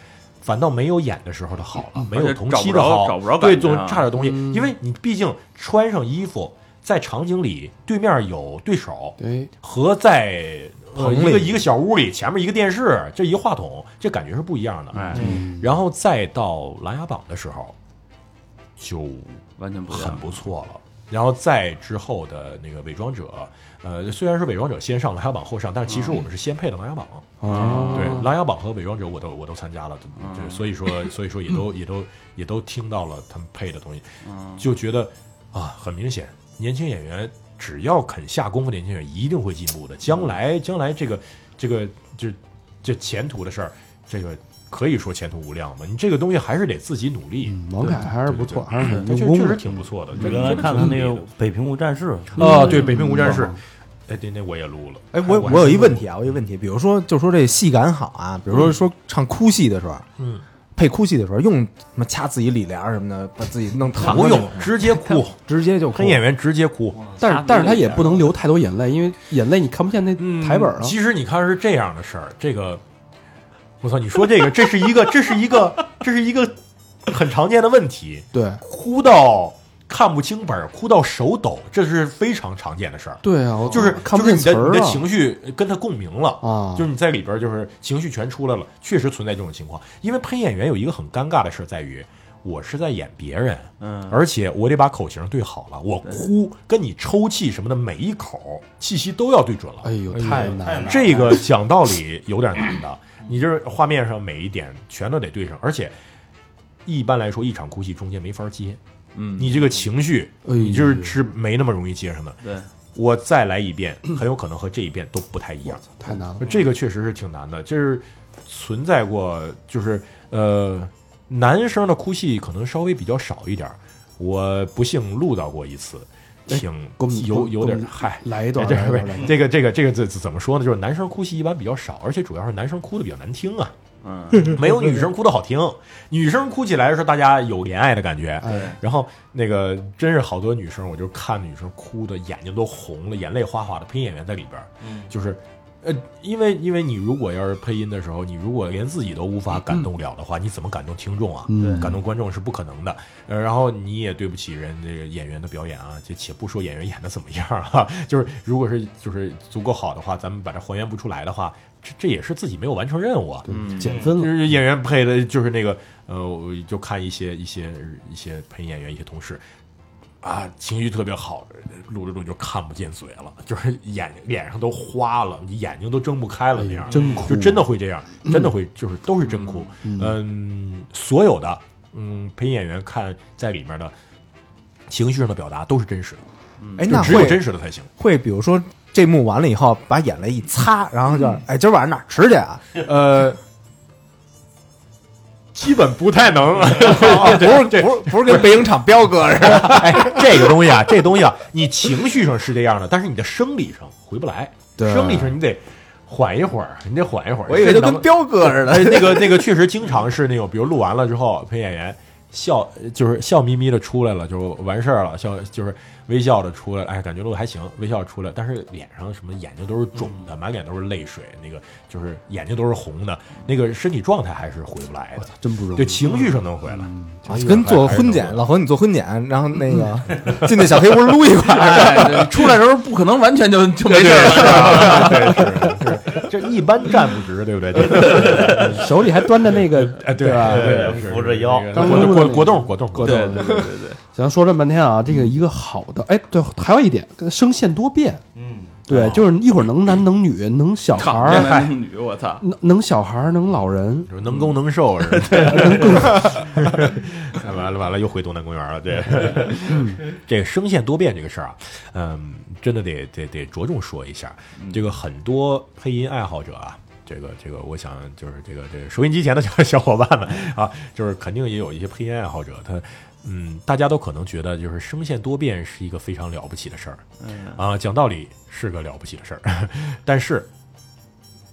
Speaker 8: 反倒没有演的时候的好了，没有同期的好，
Speaker 5: 嗯找不着找不着
Speaker 8: 对，
Speaker 5: 感觉
Speaker 8: 总
Speaker 5: 啊
Speaker 8: 差点东西，
Speaker 4: 嗯
Speaker 8: 因为你毕竟穿上衣服，在场景里对面有对手，
Speaker 4: 对，
Speaker 8: 和在、呃、
Speaker 6: 棚
Speaker 8: 一个
Speaker 6: 里
Speaker 8: 一个小屋里，前面一个电视，这一个话筒，这感觉是不一样的。
Speaker 5: 哎，
Speaker 4: 嗯
Speaker 8: 然后再到《琅琊榜》的时候，就
Speaker 5: 完全不一
Speaker 8: 很
Speaker 5: 样。
Speaker 8: 不错了。然后再之后的那个《伪装者》，呃，虽然是《伪装者》先上《琅琊榜》后上，但是其实我们是先配的《琅琊榜》
Speaker 4: 哦，
Speaker 8: 对，《琅琊榜》和《伪装者》我都我都参加了，对，所以说所以说也都也都也都听到了他们配的东西，就觉得啊，很明显，年轻演员只要肯下功夫，年轻演员一定会进步的。将来将来这个这个这这前途的事儿，这个可以说前途无量嘛。你这个东西还是得自己努力，
Speaker 4: 王凯嗯还是不错，还是很
Speaker 8: 他
Speaker 4: 用
Speaker 8: 确
Speaker 4: 功
Speaker 8: 确实嗯
Speaker 4: 的。
Speaker 8: 挺不错的。
Speaker 7: 我原来看
Speaker 8: 他
Speaker 7: 看那个《北平无战事》，
Speaker 4: 嗯
Speaker 8: 啊，对《北平无战事》，哎，对，那我也录了。
Speaker 6: 哎，我我有一问题啊，我有一问题，比如说，就说这戏感好啊，比如说说唱哭戏的时候，
Speaker 8: 嗯，
Speaker 6: 配哭戏的时候，用什么掐自己里梁什么的，把自己弄疼
Speaker 8: 不
Speaker 6: 了
Speaker 8: 用，直接哭，
Speaker 6: 直接就哭
Speaker 8: 跟演员直接哭。
Speaker 4: 但是但是他也不能流太多眼泪，因为眼泪你看不见那台本啊。
Speaker 8: 嗯其实你看是这样的事儿，这个，我操，你说这个，这是一个，这是一个，这是一个很常见的问题，
Speaker 4: 对
Speaker 8: 哭到看不清本儿，哭到手抖，这是非常常见的事儿。
Speaker 4: 对啊，我
Speaker 8: 就是
Speaker 4: 看不
Speaker 8: 就是
Speaker 4: 见
Speaker 8: 你
Speaker 4: 词
Speaker 8: 的你
Speaker 4: 儿
Speaker 8: 的
Speaker 4: 啊
Speaker 8: 情绪跟他共鸣了
Speaker 4: 啊
Speaker 8: 就是你在里边儿就是情绪全出来了，确实存在这种情况。因为配演员有一个很尴尬的事儿在于，我是在演别人，
Speaker 5: 嗯
Speaker 8: 而且我得把口型对好了，我哭跟你抽气什么的每一口气息都要对准了。
Speaker 4: 哎呦，太难了。
Speaker 8: 这个讲道理有点难的，你就是画面上每一点全都得对上，而且一般来说一场哭戏中间没法接，嗯，你这个情绪，
Speaker 4: 哎呦
Speaker 8: 你就是是没那么容易接上的。
Speaker 5: 对，
Speaker 8: 我再来一遍，很有可能和这一遍都不太一样，
Speaker 4: 太难了。
Speaker 8: 这个确实是挺难的，就是存在过，就是呃，男生的哭戏可能稍微比较少一点儿，我不幸录到过一次，挺
Speaker 4: 哎给我们
Speaker 8: 有有点
Speaker 4: 给我们
Speaker 8: 嗨，哎
Speaker 4: 来一段，
Speaker 8: 这
Speaker 4: 来一段来
Speaker 8: 不
Speaker 4: 一段
Speaker 8: 是这个这个这个怎怎么说呢？就是男生哭戏一般比较少，而且主要是男生哭的比较难听啊，
Speaker 5: 嗯，
Speaker 8: 没有女生哭的好听。女生哭起来的时候，大家有怜爱的感觉。
Speaker 4: 哎，
Speaker 8: 然后那个真是好多女生，我就看女生哭的眼睛都红了，眼泪哗哗的。配音演员在里边儿，就是。呃，因为因为你如果要是配音的时候，你如果连自己都无法感动了的话，你怎么感动听众啊？
Speaker 4: 嗯
Speaker 8: 感动观众是不可能的。呃，然后你也对不起人这个演员的表演啊，就且不说演员演的怎么样啊， 就是如果是就是足够好的话，咱们把它还原不出来的话，这这也是自己没有完成任务啊。
Speaker 4: 减分
Speaker 8: 就
Speaker 4: 了。
Speaker 8: 是演员配的，就是那个呃，我就看一些一些一些配音演员一些同事。啊，情绪特别好，录着录着就看不见嘴了，就是眼脸上都花了，你眼睛都睁不开了那
Speaker 6: 哎
Speaker 8: 样，
Speaker 4: 真哭
Speaker 8: 就真的会这样，
Speaker 6: 嗯
Speaker 8: 真的会就是都是真哭，嗯，所有的嗯配音演员看在里面的情绪上的表达都是真实的，
Speaker 6: 哎，
Speaker 8: 就
Speaker 6: 那
Speaker 8: 只有
Speaker 6: 会
Speaker 8: 真实的才行。
Speaker 6: 会，比如说这幕完了以后，把眼泪一擦，然后就哎，今儿晚上哪儿吃去啊？
Speaker 8: 呃，基本不太 能，
Speaker 6: 不是，不是，不是跟北影厂彪哥似的。
Speaker 8: 哎，这个东西啊，这个东西啊，你情绪上是这样的，但是你的生理上回不来，
Speaker 6: 对
Speaker 8: 生理上你得缓一会儿，你得缓一会儿。
Speaker 6: 我以为
Speaker 8: 这
Speaker 6: 就
Speaker 8: 能
Speaker 6: 跟彪哥似的。
Speaker 8: 哎那个那个确实经常是那种，比如录完了之后，陪演员笑就是笑眯眯的出来了，就完事儿了，笑就是微笑的出来，哎，感觉录得还行，微笑出来，但是脸上什么眼睛都是肿的，满脸都是泪水，那个就是眼睛都是红的，那个身体状态还是回不来的，
Speaker 4: 真不容易
Speaker 8: 就情绪上能回来。哎
Speaker 6: 跟做婚检，老何你做婚检，然后那个 进那小黑屋撸一块儿，
Speaker 5: 哎，出来的时候不可能完全就嗯就没事
Speaker 8: 是
Speaker 5: 了。
Speaker 8: 啊，对，是是，这一般站不直，对不对？
Speaker 4: 手里还端着那个，
Speaker 8: 哎，
Speaker 4: 对吧？
Speaker 8: 对，是
Speaker 7: 扶着腰
Speaker 8: 那个果果果冻，果冻，果冻，
Speaker 5: 对对对对对，
Speaker 4: 咱说这么半天啊，这个一个好的，哎，对，还有一点，声线多变，
Speaker 7: 嗯，
Speaker 8: 哦
Speaker 4: 对，就是一会儿能男能女，能小孩
Speaker 5: 靠，这
Speaker 4: 儿，
Speaker 5: 男女，我操！
Speaker 4: 能能小孩儿，能老人，
Speaker 8: 就是能攻能受是吧？哎 完了完了，又回东南公园了。对， 这个声线多变这个事儿啊，嗯，真的得得得着重说一下。这个很多配音爱好者啊，这个这个，我想就是这个这个收音机前的小小伙伴们啊，就是肯定也有一些配音爱好者，他嗯，大家都可能觉得就是声线多变是一个非常了不起的事儿，啊，讲道理是个了不起的事儿， 但是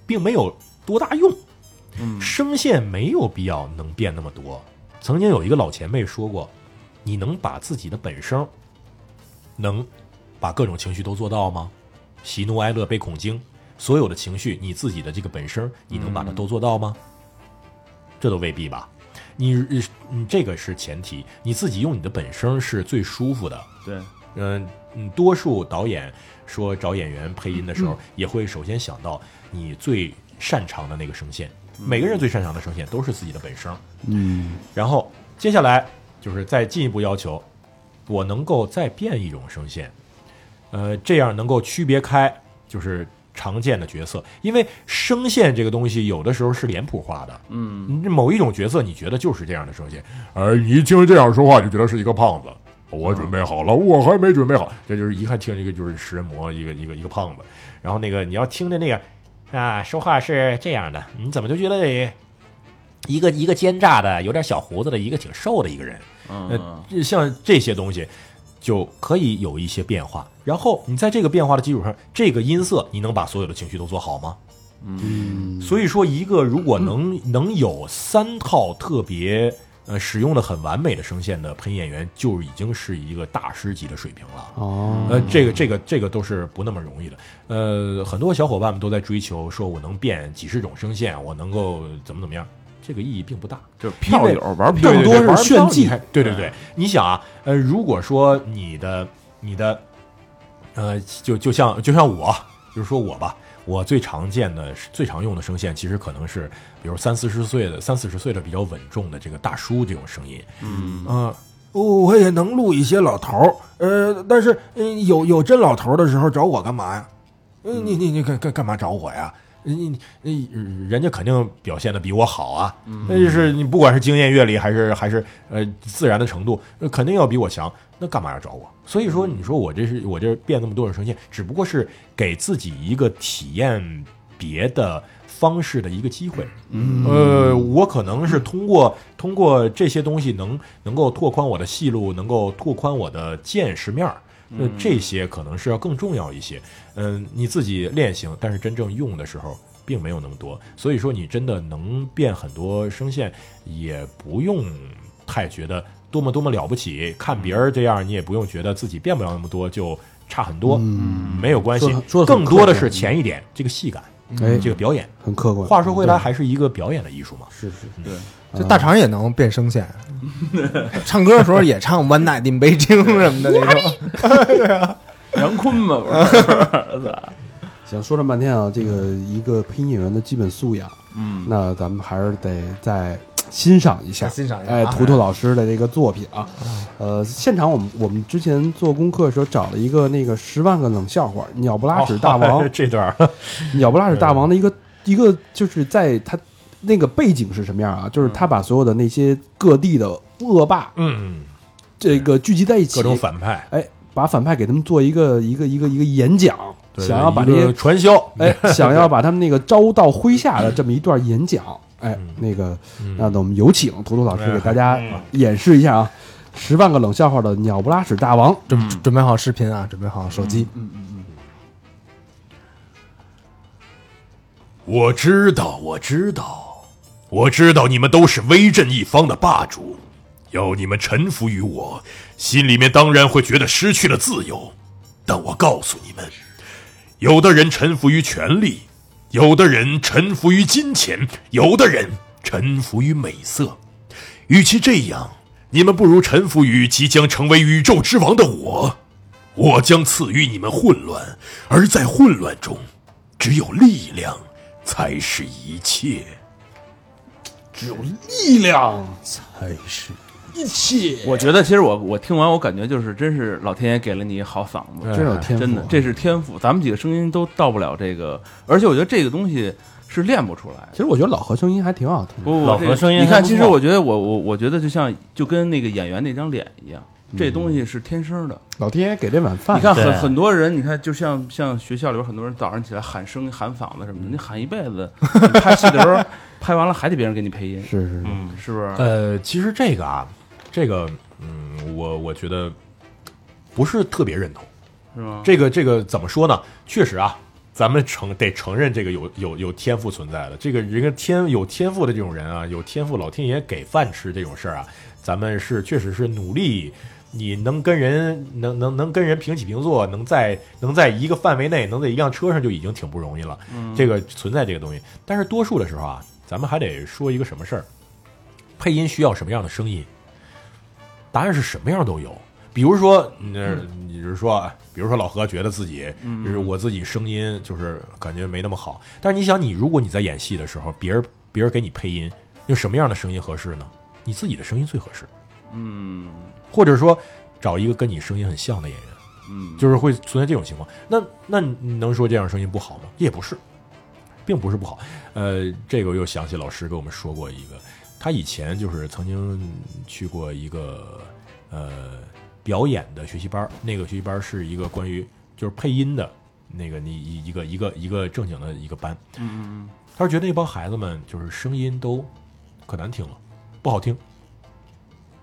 Speaker 8: 并没有多大用。声线没有必要能变那么多。曾经有一个老前辈说过，你能把自己的本声能把各种情绪都做到吗？喜怒哀乐悲恐惊，所有的情绪，你自己的这个本身，你能把它都做到吗？这都未必吧。你你这个是前提，你自己用你的本声是最舒服的。
Speaker 5: 对，
Speaker 8: 嗯嗯，多数导演说找演员配音的时候，也会首先想到你最擅长的那个声线。每个人最擅长的声线都是自己的本声。
Speaker 5: 嗯，
Speaker 8: 然后接下来就是再进一步要求，我能够再变一种声线，呃，这样能够区别开就是常见的角色，因为声线这个东西有的时候是脸谱化的，嗯，某一种角色你觉得就是这样的声线，而你一听这样说话就觉得是一个胖子。我准备好了，我还没准备好，这就是一看听一个就是食人魔，一个一个一个胖子。然后那个你要听着那个啊，说话是这样的，你怎么就觉得一个一个奸诈的，有点小胡子的，一个挺瘦的一个人，
Speaker 5: 嗯
Speaker 8: 呃，这像这些东西就可以有一些变化。然后你在这个变化的基础上，这个音色你能把所有的情绪都做好吗？嗯，所以说一个如果能能有三套特别呃使用的很完美的声线的配音演员，就已经是一个大师级的水平了。
Speaker 4: 哦，
Speaker 8: 呃，这个这个这个都是不那么容易的。呃，很多小伙伴们都在追求，说我能变几十种声线，我能够怎么怎么样，这个意义并不大。
Speaker 5: 就是票友玩票
Speaker 8: 更
Speaker 5: 友
Speaker 4: 对
Speaker 8: 多
Speaker 4: 玩
Speaker 8: 是炫
Speaker 4: 票
Speaker 8: 技
Speaker 4: 你。
Speaker 8: 对对
Speaker 2: 哎
Speaker 8: 对，你想啊，呃，如果说你的你的，呃，就就像就像我，就是说我吧，我最常见的最常用的声线，其实可能是比如三四十岁的三四十岁的比较稳重的这个大叔这种声音。
Speaker 2: 嗯，我也能录一些老头儿，呃，但是嗯、有有真老头儿的时候找我干嘛呀？嗯、你你你干干干嘛找我呀？
Speaker 8: 你你人家肯定表现的比我好啊，那就是你不管是经验阅历还是还是呃自然的程度，呃肯定要比我强，那干嘛要找我？所以说，你说我这是我这变那么多种声线，只不过是给自己一个体验别的方式的一个机会。呃，我可能是通过通过这些东西能能够拓宽我的戏路，能够拓宽我的见识面儿。那这些可能是要更重要一些。嗯，你自己练行，但是真正用的时候并没有那么多，所以说你真的能变很多声线，也不用太觉得多么多么了不起。看别人这样，你也不用觉得自己变不了那么多就差很多，没有关系
Speaker 4: 嗯说得。说得很
Speaker 8: 更多的
Speaker 4: 客
Speaker 8: 是
Speaker 4: 观
Speaker 8: 前一点这个戏感，
Speaker 4: 哎，
Speaker 8: 这个表演。
Speaker 4: 很客观。
Speaker 8: 话说回来，还是一个表演的艺术嘛。
Speaker 4: 是是，
Speaker 6: 这大肠也能变声线，唱歌的时候也唱 One Night in Beijing 什么的那种。
Speaker 5: 杨 坤嘛，不是
Speaker 4: 行，说了半天啊，这个一个配音演员的基本素养，嗯，那咱们还是得再欣赏一下，
Speaker 6: 再欣赏一下
Speaker 4: 哎，
Speaker 6: 啊
Speaker 4: 图图老师的这个作品啊，呃，现场我们我们之前做功课的时候找了一个那个十万个冷笑话，鸟不拉
Speaker 8: 哦
Speaker 4: 屎 大王，
Speaker 8: 这段儿
Speaker 4: 鸟不拉屎大王的一个一个就是在他那个背景是什么样啊？就是他把所有的那些各地的恶霸，
Speaker 8: 嗯，
Speaker 4: 这个聚集在一起，
Speaker 8: 各种反派，
Speaker 4: 哎，把反派给他们做一个一个一个一个演讲，
Speaker 8: 对
Speaker 4: 想要把这
Speaker 8: 一
Speaker 4: 些
Speaker 8: 个传销，
Speaker 4: 哎， 想要把他们那个招到麾下的这么一段演讲，哎，
Speaker 5: 嗯
Speaker 4: 那个，那我们有请图图老
Speaker 5: 哎
Speaker 4: 师给大家演示一下啊，十万个冷笑话的鸟不拉屎大王，
Speaker 6: 准准备好视频啊，准备好手机。
Speaker 8: 我知道，我知道，我知道你们都是威震一方的霸主，要你们臣服于我，心里面当然会觉得失去了自由。但我告诉你们，有的人臣服于权力，有的人臣服于金钱，有的人臣服于美色。与其这样，你们不如臣服于即将成为宇宙之王的我。我将赐予你们混乱，而在混乱中，只有力量才是一切。
Speaker 4: 力量，
Speaker 5: 我觉得其实我我听完我感觉就是真是老天爷给了你一好嗓子，
Speaker 4: 真有天赋啊，
Speaker 5: 真的，这是天赋。咱们几个声音都到不了这个，而且我觉得这个东西是练不出来的
Speaker 4: 其。实我觉得老何声音还挺好听的，
Speaker 5: 不，
Speaker 7: 老
Speaker 5: 这
Speaker 7: 何
Speaker 5: 个
Speaker 7: 声音
Speaker 5: 你
Speaker 7: 还
Speaker 5: 看，
Speaker 7: 不
Speaker 5: 其实
Speaker 7: 错
Speaker 5: 我觉得我我我觉得就像就跟那个演员那张脸一样，这东西是天生的。
Speaker 4: 老天爷给这碗饭，
Speaker 5: 你看
Speaker 7: 嗯啊对
Speaker 5: 很很多人，你看就像像学校里边很多人早上起来喊声喊嗓子什么的，你喊一辈 子，你拍戏的时候拍完了还得别人给你配音，
Speaker 4: 是是是，
Speaker 5: 是不
Speaker 7: 嗯
Speaker 5: 是？
Speaker 8: 呃，其实这个啊，这个，嗯，我我觉得不是特别认同。
Speaker 5: 是吗？
Speaker 8: 这个这个怎么说呢？确实啊，咱们承得承认这个有有有天赋存在的。这个人家天有天赋的这种人啊，有天赋，老天爷给饭吃这种事儿啊，咱们是确实是努力你能跟人能能能跟人平起平坐，能在能在一个范围内，能在一辆车上就已经挺不容易了。这个存在这个东西，但是多数的时候啊，咱们还得说一个什么事儿，配音需要什么样的声音？答案是什么样都有。比如说，你你是说，比如说老何觉得自己就是我自己声音就是感觉没那么好，但是你想，你如果你在演戏的时候，别人别人给你配音，用什么样的声音合适呢？你自己的声音最合适。
Speaker 5: 嗯
Speaker 8: 或者说找一个跟你声音很像的演员，
Speaker 5: 嗯，
Speaker 8: 就是会存在这种情况。那那你能说这样声音不好吗？也不是，并不是不好。呃，这个我又想起老师跟我们说过一个，他以前就是曾经去过一个呃表演的学习班儿，那个学习班儿是一个关于就是配音的那个你一一个一个一个正经的一个班。嗯嗯，他是觉得那帮孩子们就是声音都可难听了，不好听，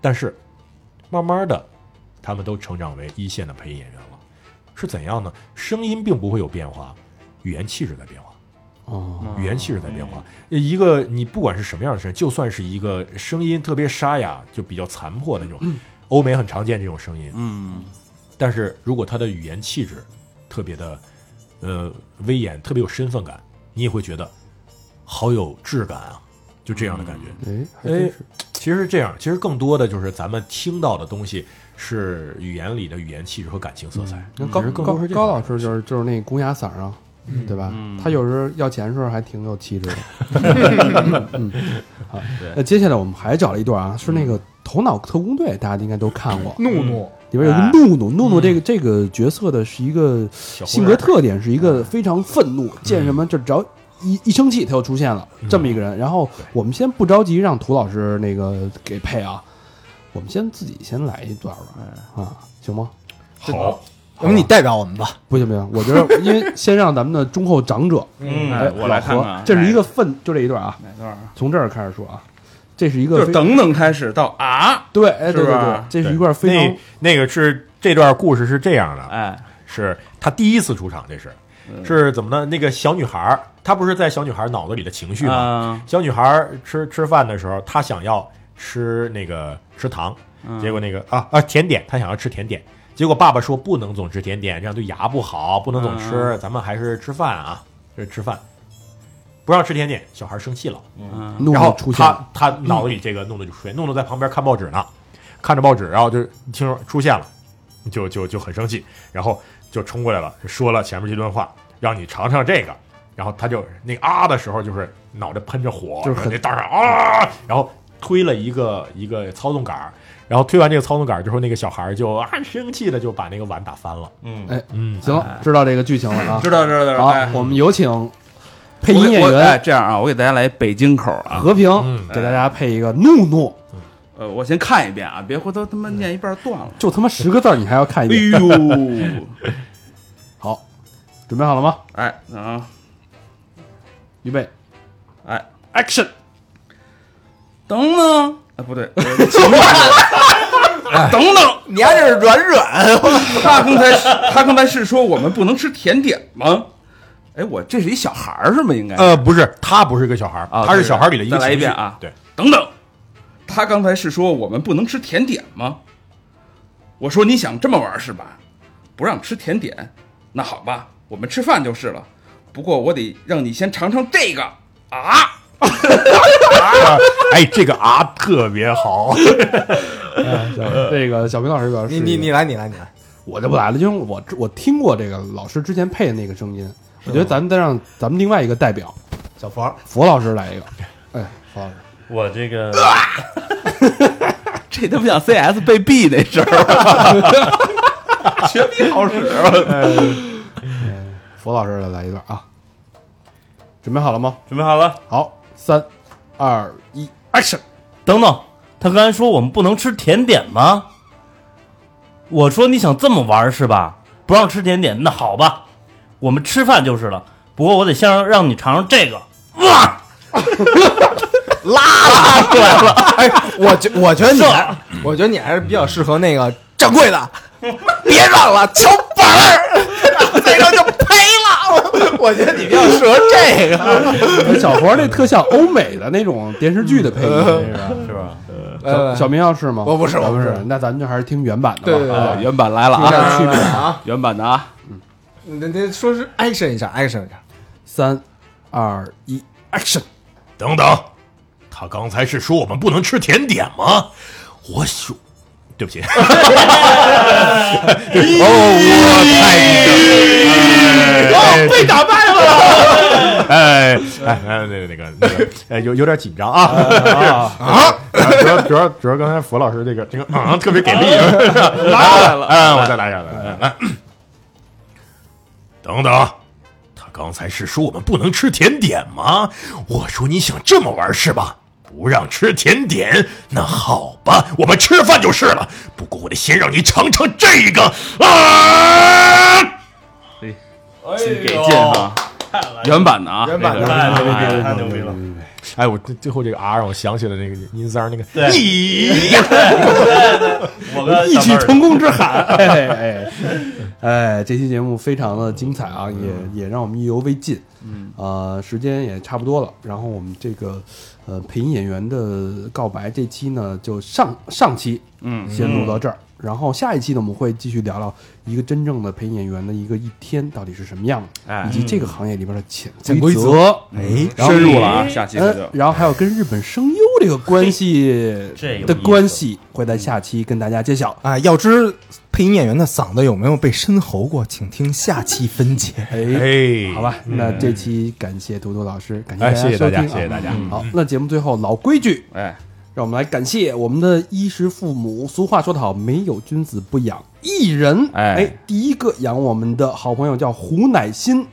Speaker 8: 但是慢慢的，他们都成长为一线的配音演员了。是怎样呢？声音并不会有变化，语言气质在变化。
Speaker 4: 哦，
Speaker 8: 语言气质在变化。一个你不管是什么样的声音，就算是一个声音特别沙哑，就比较残破的那种，
Speaker 4: 嗯
Speaker 8: 欧美很常见这种声音。
Speaker 5: 嗯
Speaker 8: 但是如果他的语言气质特别的，呃，威严，特别有身份感，你也会觉得好有质感啊，就这样的感觉。
Speaker 4: 哎，还真
Speaker 8: 哎
Speaker 4: 是，
Speaker 8: 其实是这样，其实更多的就是咱们听到的东西是语言里的语言气质和感情色彩。
Speaker 4: 那
Speaker 8: 其实更
Speaker 4: 高高
Speaker 8: 嗯多是这
Speaker 4: 高
Speaker 8: 方
Speaker 4: 老
Speaker 8: 面
Speaker 4: 师就是就是那公鸭嗓儿啊，对吧？
Speaker 5: 嗯
Speaker 4: 他有时候要钱的时候还挺有气质的。嗯，好
Speaker 5: 对，
Speaker 4: 那接下来我们还找了一段啊，是那个《头脑特工队》，大家应该都看过。嗯
Speaker 6: 怒怒，
Speaker 4: 里边有个怒怒，怒怒这个这个角色的是一个
Speaker 8: 混
Speaker 4: 性格特点，是一个非常愤怒，见什么就只要一一生气他就出现了这么一个人。然后我们先不着急让涂老师那个给配啊，我们先自己先来一段吧，啊，行吗？
Speaker 8: 好，
Speaker 6: 要不你代表我们吧？
Speaker 4: 不行不行，我觉得因为先让咱们的忠厚长者，
Speaker 5: 嗯，
Speaker 4: 哎
Speaker 5: 哎我来看看
Speaker 4: 老
Speaker 5: 啊
Speaker 4: 何，这是一个愤，就这一段啊，
Speaker 5: 哪段啊？
Speaker 4: 从这儿开始说啊，这是一
Speaker 5: 就
Speaker 4: 个
Speaker 5: 是
Speaker 4: 非
Speaker 5: 等等开始到啊，
Speaker 4: 对，哎对
Speaker 5: 是
Speaker 4: 对对
Speaker 5: 吧，
Speaker 4: 这是一段非常
Speaker 8: 那那个是这段故事是这样的，
Speaker 5: 哎，
Speaker 8: 是他第一次出场，这是
Speaker 4: 嗯
Speaker 8: 是怎么呢？那个小女孩儿，她不是在小女孩脑子里的情绪吗？
Speaker 4: 嗯
Speaker 5: 啊，
Speaker 8: 小女孩儿吃吃饭的时候，她想要吃那个吃糖，
Speaker 4: 嗯
Speaker 8: 结果那个啊啊甜点，她想要吃甜点，结果爸爸说不能总吃甜点，这样对牙不好，不能总
Speaker 4: 嗯
Speaker 8: 吃，咱们还是吃饭啊，就是吃饭，不让吃甜点，小孩儿生气了。
Speaker 5: 嗯
Speaker 4: 怒
Speaker 8: 然
Speaker 4: 火
Speaker 8: 后
Speaker 4: 出现了，
Speaker 8: 他他脑子里这个弄的就出现，弄得在旁边看报纸呢，看着报纸，然后就听说出现了，就就就很生气，然后就冲过来了，说了前面这段话，让你尝尝这个，然后他就那个啊的时候，就是脑袋喷着火，
Speaker 4: 就是很
Speaker 8: 那大上啊，然后推了一个一个操纵杆儿，然后推完这个操纵杆儿之后，那个小孩儿就啊生气的就把那个碗打翻了，
Speaker 4: 哎
Speaker 8: 嗯，
Speaker 4: 行了，知道这个剧情了啊，
Speaker 5: 知道知道知道，哎
Speaker 4: 好，我们有请配
Speaker 5: 我
Speaker 4: 音
Speaker 5: 给
Speaker 4: 演
Speaker 5: 我哎，
Speaker 4: 员
Speaker 5: 这样啊，我给大家来北京口啊，
Speaker 4: 和平
Speaker 8: 嗯
Speaker 4: 给大家配一个怒怒，
Speaker 5: 呃，我先看一遍啊，别回头他妈念一半断了。
Speaker 4: 就他妈十个字儿你还要看一
Speaker 5: 哎
Speaker 4: 遍，嗯
Speaker 5: 呦，
Speaker 4: 好，准备好了吗？
Speaker 5: 哎啊，
Speaker 4: 预备，
Speaker 5: 哎，action，等等，哎不对，我前面 是哎等等，
Speaker 6: 你还是软软，
Speaker 5: 他刚才是他刚才是说我们不能吃甜点吗？哎，我这是一小孩儿是吗？应该
Speaker 8: 呃，不是，他不是个小孩儿，
Speaker 5: 啊
Speaker 8: 他是小孩儿里的一个
Speaker 5: 再来一
Speaker 8: 情绪
Speaker 5: 遍啊
Speaker 8: 对，
Speaker 5: 等等，他刚才是说我们不能吃甜点吗？我说你想这么玩儿是吧？不让吃甜点，那好吧，我们吃饭就是了。不过我得让你先尝尝这个啊！
Speaker 8: 啊哎，这个啊特别好。
Speaker 5: 哎
Speaker 4: 这个小明老师表示
Speaker 6: 你你你来，你来，你来，
Speaker 4: 我就不来了，因为我我听过这个老师之前配的那个声音，我觉得咱们再让咱们另外一个代表
Speaker 6: 小佛，
Speaker 4: 佛老师来一个，哎，佛老师，
Speaker 7: 我这个
Speaker 5: 这他妈像 CS 被毙那事 儿，绝逼好使。
Speaker 4: 佛老师来一段啊，准备好了吗？
Speaker 7: 准备好了。
Speaker 4: 好，三二一，action！
Speaker 7: 等等，他刚才说我们不能吃甜点吗？我说你想这么玩是吧？不让吃甜点，那好吧，我们吃饭就是了。不过我得先让让你尝尝这个，哇，拉出来了，
Speaker 6: 哎，我觉我觉得你
Speaker 7: 是
Speaker 6: 还，我觉得你还是比较适合那个掌柜 的，别让了，敲板儿，这个就赔了，我 我觉得你比较适合这个。
Speaker 4: 哎小佛这特像欧美的那种电视剧的配音，是吧？是吧？
Speaker 6: 呃
Speaker 4: 小小明要是吗？
Speaker 6: 嗯我不是
Speaker 4: 啊
Speaker 6: 我
Speaker 4: 不
Speaker 6: 不是
Speaker 4: 那咱们就还是听原版的吧。
Speaker 6: 对对对
Speaker 4: 啊
Speaker 6: 对
Speaker 4: 原版来了
Speaker 6: 听
Speaker 4: 啊，
Speaker 6: 着
Speaker 4: 区别
Speaker 6: 啊
Speaker 5: 原版的啊，
Speaker 6: 那那说是 action 一下，action 一下，
Speaker 4: 三二一，action！
Speaker 3: 等等，他刚才是说我们不能吃甜点吗？我说，对不起，
Speaker 8: 哦，被打败 了！ 哎 哎哎，那个那个那 个，哎，有有点紧张啊啊！主要主要主要刚才佛老师这个这个 啊特别给力，啊拉 来了，
Speaker 3: 啊
Speaker 8: 哎，我再来一下，来来来，
Speaker 3: 等等，他刚才是说我们不能吃甜点吗？我说你想这么玩是吧？不让吃甜点，那好吧，我们吃饭就是了。不过我得先让你尝尝这个啊！
Speaker 5: 给劲啊！原版的啊，原版的
Speaker 7: 太牛逼了，太牛逼了！
Speaker 8: 哎，我这最后这个啊让我想起了那个音三儿那个
Speaker 7: 对
Speaker 8: 咦，
Speaker 7: 我跟
Speaker 4: 异
Speaker 7: 小妹
Speaker 4: 曲
Speaker 7: 儿
Speaker 4: 同工之喊，哎哎哎，这期节目非常的精彩啊，也也让我们意犹未尽。嗯，呃，时间也差不多了，然后我们这个呃配音演员的告白这期呢，就上上期
Speaker 5: 嗯
Speaker 4: 先录到这儿，然后下一期呢，我们会继续聊聊一个真正的配音演员的一个一天到底是什么样的，
Speaker 5: 哎
Speaker 4: 以及这个行业里边的潜
Speaker 6: 潜
Speaker 4: 规
Speaker 6: 规
Speaker 4: 则。嗯
Speaker 6: 哎，
Speaker 4: 然后
Speaker 5: 深入了啊，下
Speaker 8: 哎
Speaker 5: 期可
Speaker 4: 嗯
Speaker 5: 就，
Speaker 4: 然后还有跟日本声优这个关系
Speaker 7: 这有
Speaker 4: 的
Speaker 7: 意思
Speaker 4: 关系，会在下期跟大家揭晓。
Speaker 6: 啊，要知配音演员的嗓子有没有被深喉过，请听下期分解。
Speaker 7: 嗯
Speaker 4: 哎，
Speaker 8: 哎，
Speaker 4: 好吧，那这期感谢图图老师，感
Speaker 8: 哎，谢
Speaker 4: 谢
Speaker 8: 谢大
Speaker 4: 收听
Speaker 8: 家，
Speaker 4: 啊
Speaker 8: 谢谢大家，嗯
Speaker 4: 好，那节目最后老规矩，
Speaker 5: 哎，
Speaker 4: 让我们来感谢我们的衣食父母。俗话说得好，没有君子不养艺人。
Speaker 5: 哎
Speaker 4: 第一个养我们的好朋友叫胡乃馨，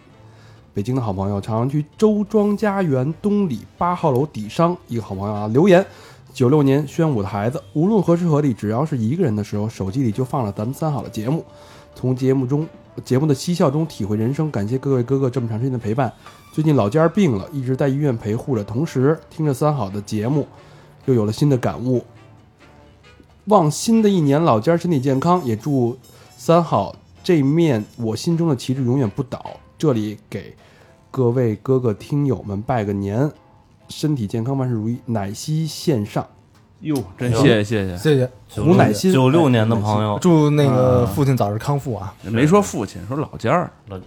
Speaker 4: 北京的好朋友，朝阳区周庄家园东里八号楼底商一个好朋友啊，留言。九六年宣武的孩子，无论何时何地，只要是一个人的时候，手机里就放了咱们三好的节目，从节目中节目的嬉笑中体会人生。感谢各位哥哥这么长时间的陪伴。最近老家儿病了，一直在医院陪护着，同时听着三好的节目，又有了新的感悟。望新的一年老家身体健康，也祝三好这面我心中的旗帜永远不倒。这里给各位哥哥听友们拜个年，身体健康，万事如意。乃西献上，
Speaker 5: 哟，真谢谢谢谢，
Speaker 6: 谢谢，
Speaker 4: 胡乃馨，
Speaker 7: 九六年的朋友，
Speaker 6: 祝那个父亲早日康复啊！
Speaker 5: 没说父亲，说老家儿
Speaker 7: 老，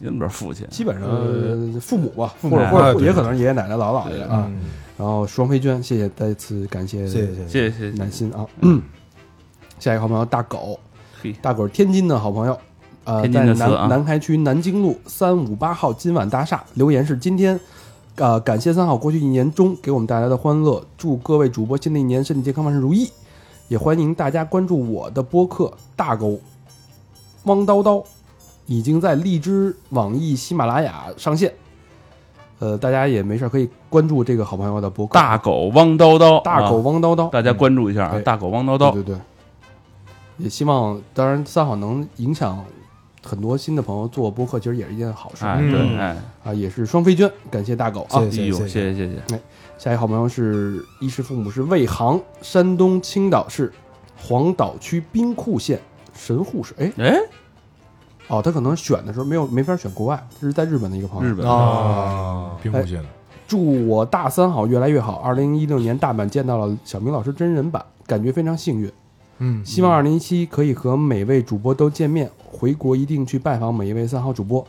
Speaker 5: 有点父亲，
Speaker 4: 基本上呃父母吧，或
Speaker 5: 母
Speaker 4: 者
Speaker 5: 啊
Speaker 4: 或者
Speaker 6: 对嗯
Speaker 4: 也可能是爷爷奶奶、姥姥姥爷啊。然后双飞娟，谢谢，再次感谢
Speaker 6: 谢谢谢谢。
Speaker 5: 谢谢谢谢
Speaker 4: 南，心啊。嗯，下一个好朋友大狗
Speaker 5: 嘿，
Speaker 4: 大狗是天津的好朋友，呃，
Speaker 5: 天
Speaker 4: 在
Speaker 5: 津的
Speaker 4: 南
Speaker 5: 词啊
Speaker 4: 南开区南京路三五八号今晚大厦，留言是今天。呃，感谢三好过去一年中给我们带来的欢乐，祝各位主播新的一年身体健康，万事如意。也欢迎大家关注我的播客大狗汪叨叨，已经在荔枝、网易、喜马拉雅上线。呃，大家也没事儿可以关注这个好朋友的播客
Speaker 5: 大狗啊汪叨叨，
Speaker 4: 大狗
Speaker 5: 啊，
Speaker 4: 汪叨叨。
Speaker 5: 大家关注一下啊
Speaker 4: 嗯，
Speaker 5: 大狗汪
Speaker 4: 对
Speaker 5: 叨叨，
Speaker 4: 对对，也希望，当然三好能影响很多新的朋友做播客，其实也是一件好事、
Speaker 5: 哎，对，哎，
Speaker 4: 啊，也是双飞娟，感谢大狗啊。
Speaker 6: 谢
Speaker 5: 哎
Speaker 6: 谢
Speaker 5: 呦，
Speaker 6: 谢
Speaker 5: 谢
Speaker 6: 谢
Speaker 5: 谢谢谢，
Speaker 4: 下一个好朋友是衣食父母是魏航，山东青岛市黄岛区兵库县神户市。哎，
Speaker 5: 哎，
Speaker 4: 哦，他可能选的时候没有没法选国外，这是在日本的一个朋友。
Speaker 5: 日本
Speaker 8: 啊，冰
Speaker 4: 哎
Speaker 8: 库县
Speaker 6: 嗯
Speaker 8: 的，
Speaker 4: 祝我大三好越来越好。二零一六年大阪见到了小明老师真人版，感觉非常幸运。
Speaker 6: 嗯，
Speaker 4: 希望二零一七可以和每位主播都见面，回国一定去拜访每一位三好主播。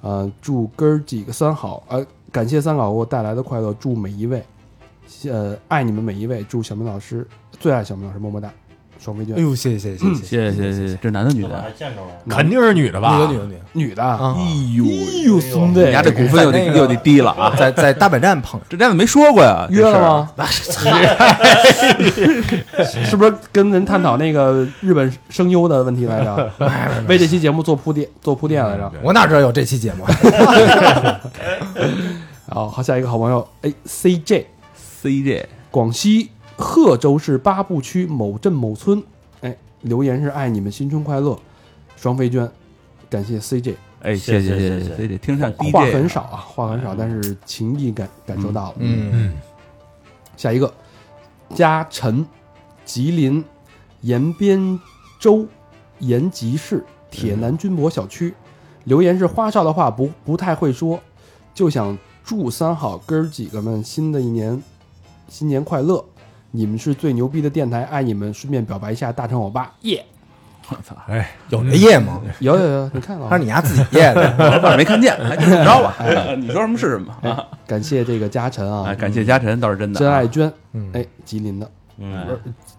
Speaker 4: 呃，祝哥儿几个三好，呃，感谢三好给我带来的快乐，祝每一位，呃，爱你们每一位，祝小明老师最爱小明老师，么么哒，双飞娟，
Speaker 6: 哎呦，谢谢谢谢
Speaker 5: 嗯
Speaker 6: 谢谢，
Speaker 5: 谢谢谢谢谢谢，这男的女的啊？
Speaker 7: 见着了，
Speaker 8: 肯定是女的吧？
Speaker 6: 女的女的女的
Speaker 4: 女的啊，
Speaker 6: 啊！
Speaker 5: 呦，
Speaker 4: 哎呦，孙子，
Speaker 5: 你家这股份又
Speaker 6: 在那
Speaker 5: 得
Speaker 6: 个
Speaker 5: 又得低了啊！
Speaker 6: 在在大阪站碰上，
Speaker 5: 这男的没说过呀，
Speaker 4: 约
Speaker 5: 啊这事
Speaker 4: 了
Speaker 5: 儿？
Speaker 4: 吗？ 是不是跟人探讨那个日本声优的问题来着？为这期节目做铺垫，做铺垫来着。
Speaker 6: 我哪知道有这期节目？
Speaker 4: 好，啊好，下一个好朋友，哎，CJ，
Speaker 5: CJ
Speaker 4: 广西贺州市八步区某镇某村，哎，留言是爱你们新春快乐，双飞娟，感谢 CJ，
Speaker 5: 哎，谢
Speaker 7: 谢
Speaker 5: 谢
Speaker 7: 谢
Speaker 5: 谢谢，听上 DJ
Speaker 4: 话很少啊，话很少，但是情谊感感受到了。
Speaker 6: 嗯，
Speaker 4: 下一个，嘉诚，吉林延边州延吉市铁南军博小区，留言是花少的话不不太会说，就想祝三好哥儿几个们新的一年新年快乐，你们是最牛逼的电台，爱你们！顺便表白一下大成欧巴，耶！
Speaker 5: 哎
Speaker 6: 有这夜吗？
Speaker 4: 有有 有，你看
Speaker 6: 他
Speaker 4: 啊
Speaker 6: 说，你丫自己夜的，
Speaker 5: 我倒是没 看见，哎你怎么着吧？哎 你说什么是什么啊？
Speaker 4: 感谢这个嘉诚啊
Speaker 5: 哎，感谢嘉晨，倒是真的啊。
Speaker 4: 真爱娟，
Speaker 6: 嗯
Speaker 4: 哎，吉林的，
Speaker 7: 嗯，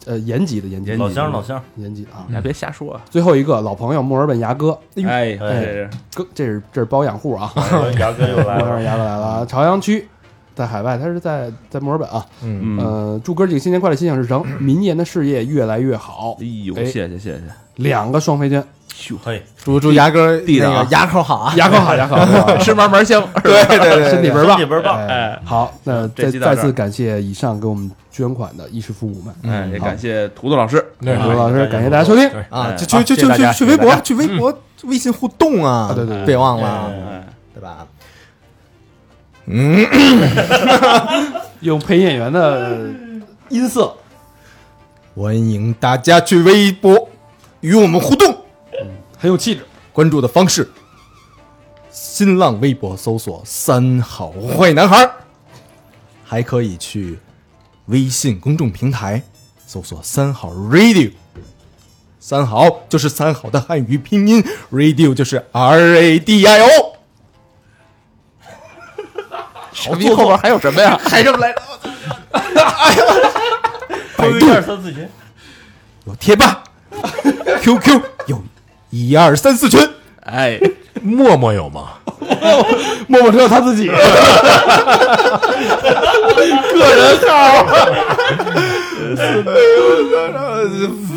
Speaker 4: 呃，延吉的延吉
Speaker 7: 老乡老乡，
Speaker 4: 延吉的啊
Speaker 5: 你。还别瞎说啊！
Speaker 4: 最后一个老朋友墨尔本牙哥，
Speaker 5: 哎，
Speaker 7: 哎
Speaker 5: 这是
Speaker 4: 哥，这是这是包养户啊，
Speaker 7: 牙哥又 来
Speaker 4: 墨尔
Speaker 7: 了
Speaker 4: 本，牙哥来了啊， 朝阳区。在海外，他是在在墨尔本啊，
Speaker 5: 嗯，
Speaker 6: 嗯，
Speaker 4: 呃，祝哥几个新年快乐，心想事成，明年的事业越来越好
Speaker 5: 哎。呦，
Speaker 4: 哎
Speaker 5: 谢谢谢谢，
Speaker 4: 两个双飞娟，
Speaker 7: 嘿，
Speaker 6: 祝祝牙哥
Speaker 5: 地
Speaker 6: 那
Speaker 5: 道啊
Speaker 6: 个牙口好啊，
Speaker 4: 牙口好，牙口好，
Speaker 5: 吃嘛嘛香。
Speaker 6: 对对 对，
Speaker 4: 身体倍儿
Speaker 7: 身
Speaker 4: 棒
Speaker 7: 体。倍儿棒，
Speaker 4: 哎，好，那再
Speaker 5: 这期到这
Speaker 4: 再
Speaker 5: 儿
Speaker 4: 次感谢以上给我们捐款的衣食父母们，
Speaker 5: 哎，也感谢图图老师，
Speaker 4: 刘老师，感谢大家收听。
Speaker 6: 啊，
Speaker 5: 哎
Speaker 6: 就
Speaker 5: 好
Speaker 6: 就就
Speaker 5: 谢谢
Speaker 6: 就
Speaker 5: 大家嗯
Speaker 6: 去去微博，去微博、微信互动啊！
Speaker 4: 对对对
Speaker 6: 别忘了啊，
Speaker 5: 哎，
Speaker 6: 对吧？
Speaker 4: 用配音演员的音色，
Speaker 6: 欢迎大家去微博与我们互动，
Speaker 4: 很有气质。
Speaker 6: 关注的方式：新浪微博搜索“三好坏男孩”，还可以去微信公众平台搜索“三好 radio”。三好就是三好的汉语拼音，radio 就是 R A D I O。
Speaker 5: 好，后边还有什么呀？还什么来着？
Speaker 7: 关于二次自询，
Speaker 6: 有贴吧、QQ，有一二三四群。
Speaker 5: 哎，
Speaker 8: 陌陌有吗？
Speaker 4: 默默只有他自己，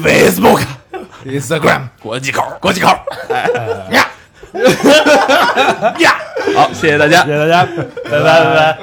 Speaker 6: Facebook、Instagram，
Speaker 5: 国际口，国际口，哎呀呀，好，谢谢大家。
Speaker 7: 谢大家，拜拜拜拜。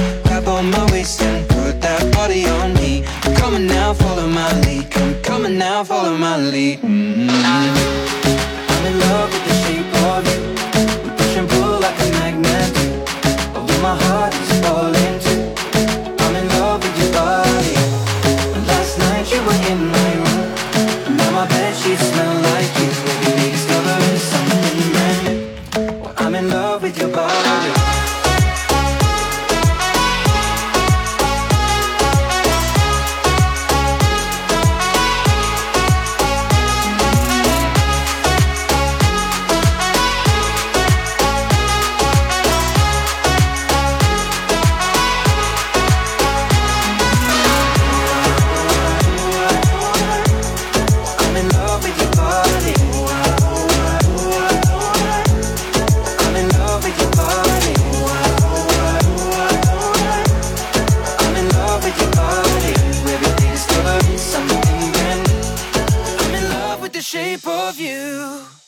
Speaker 9: Grab on my waist and put that body on me. I'm coming now, follow my lead. Come, coming now, follow my lead. Mm, I'm, I'm in love with the shape of you. We push and pull like a magnet. do. Although my heart is falling too. I'm in love with your body. Last night you were in my room. Now my bed sheets smell like you. Every day discovering something brand new. Well, I'm in love with your body. the shape of you.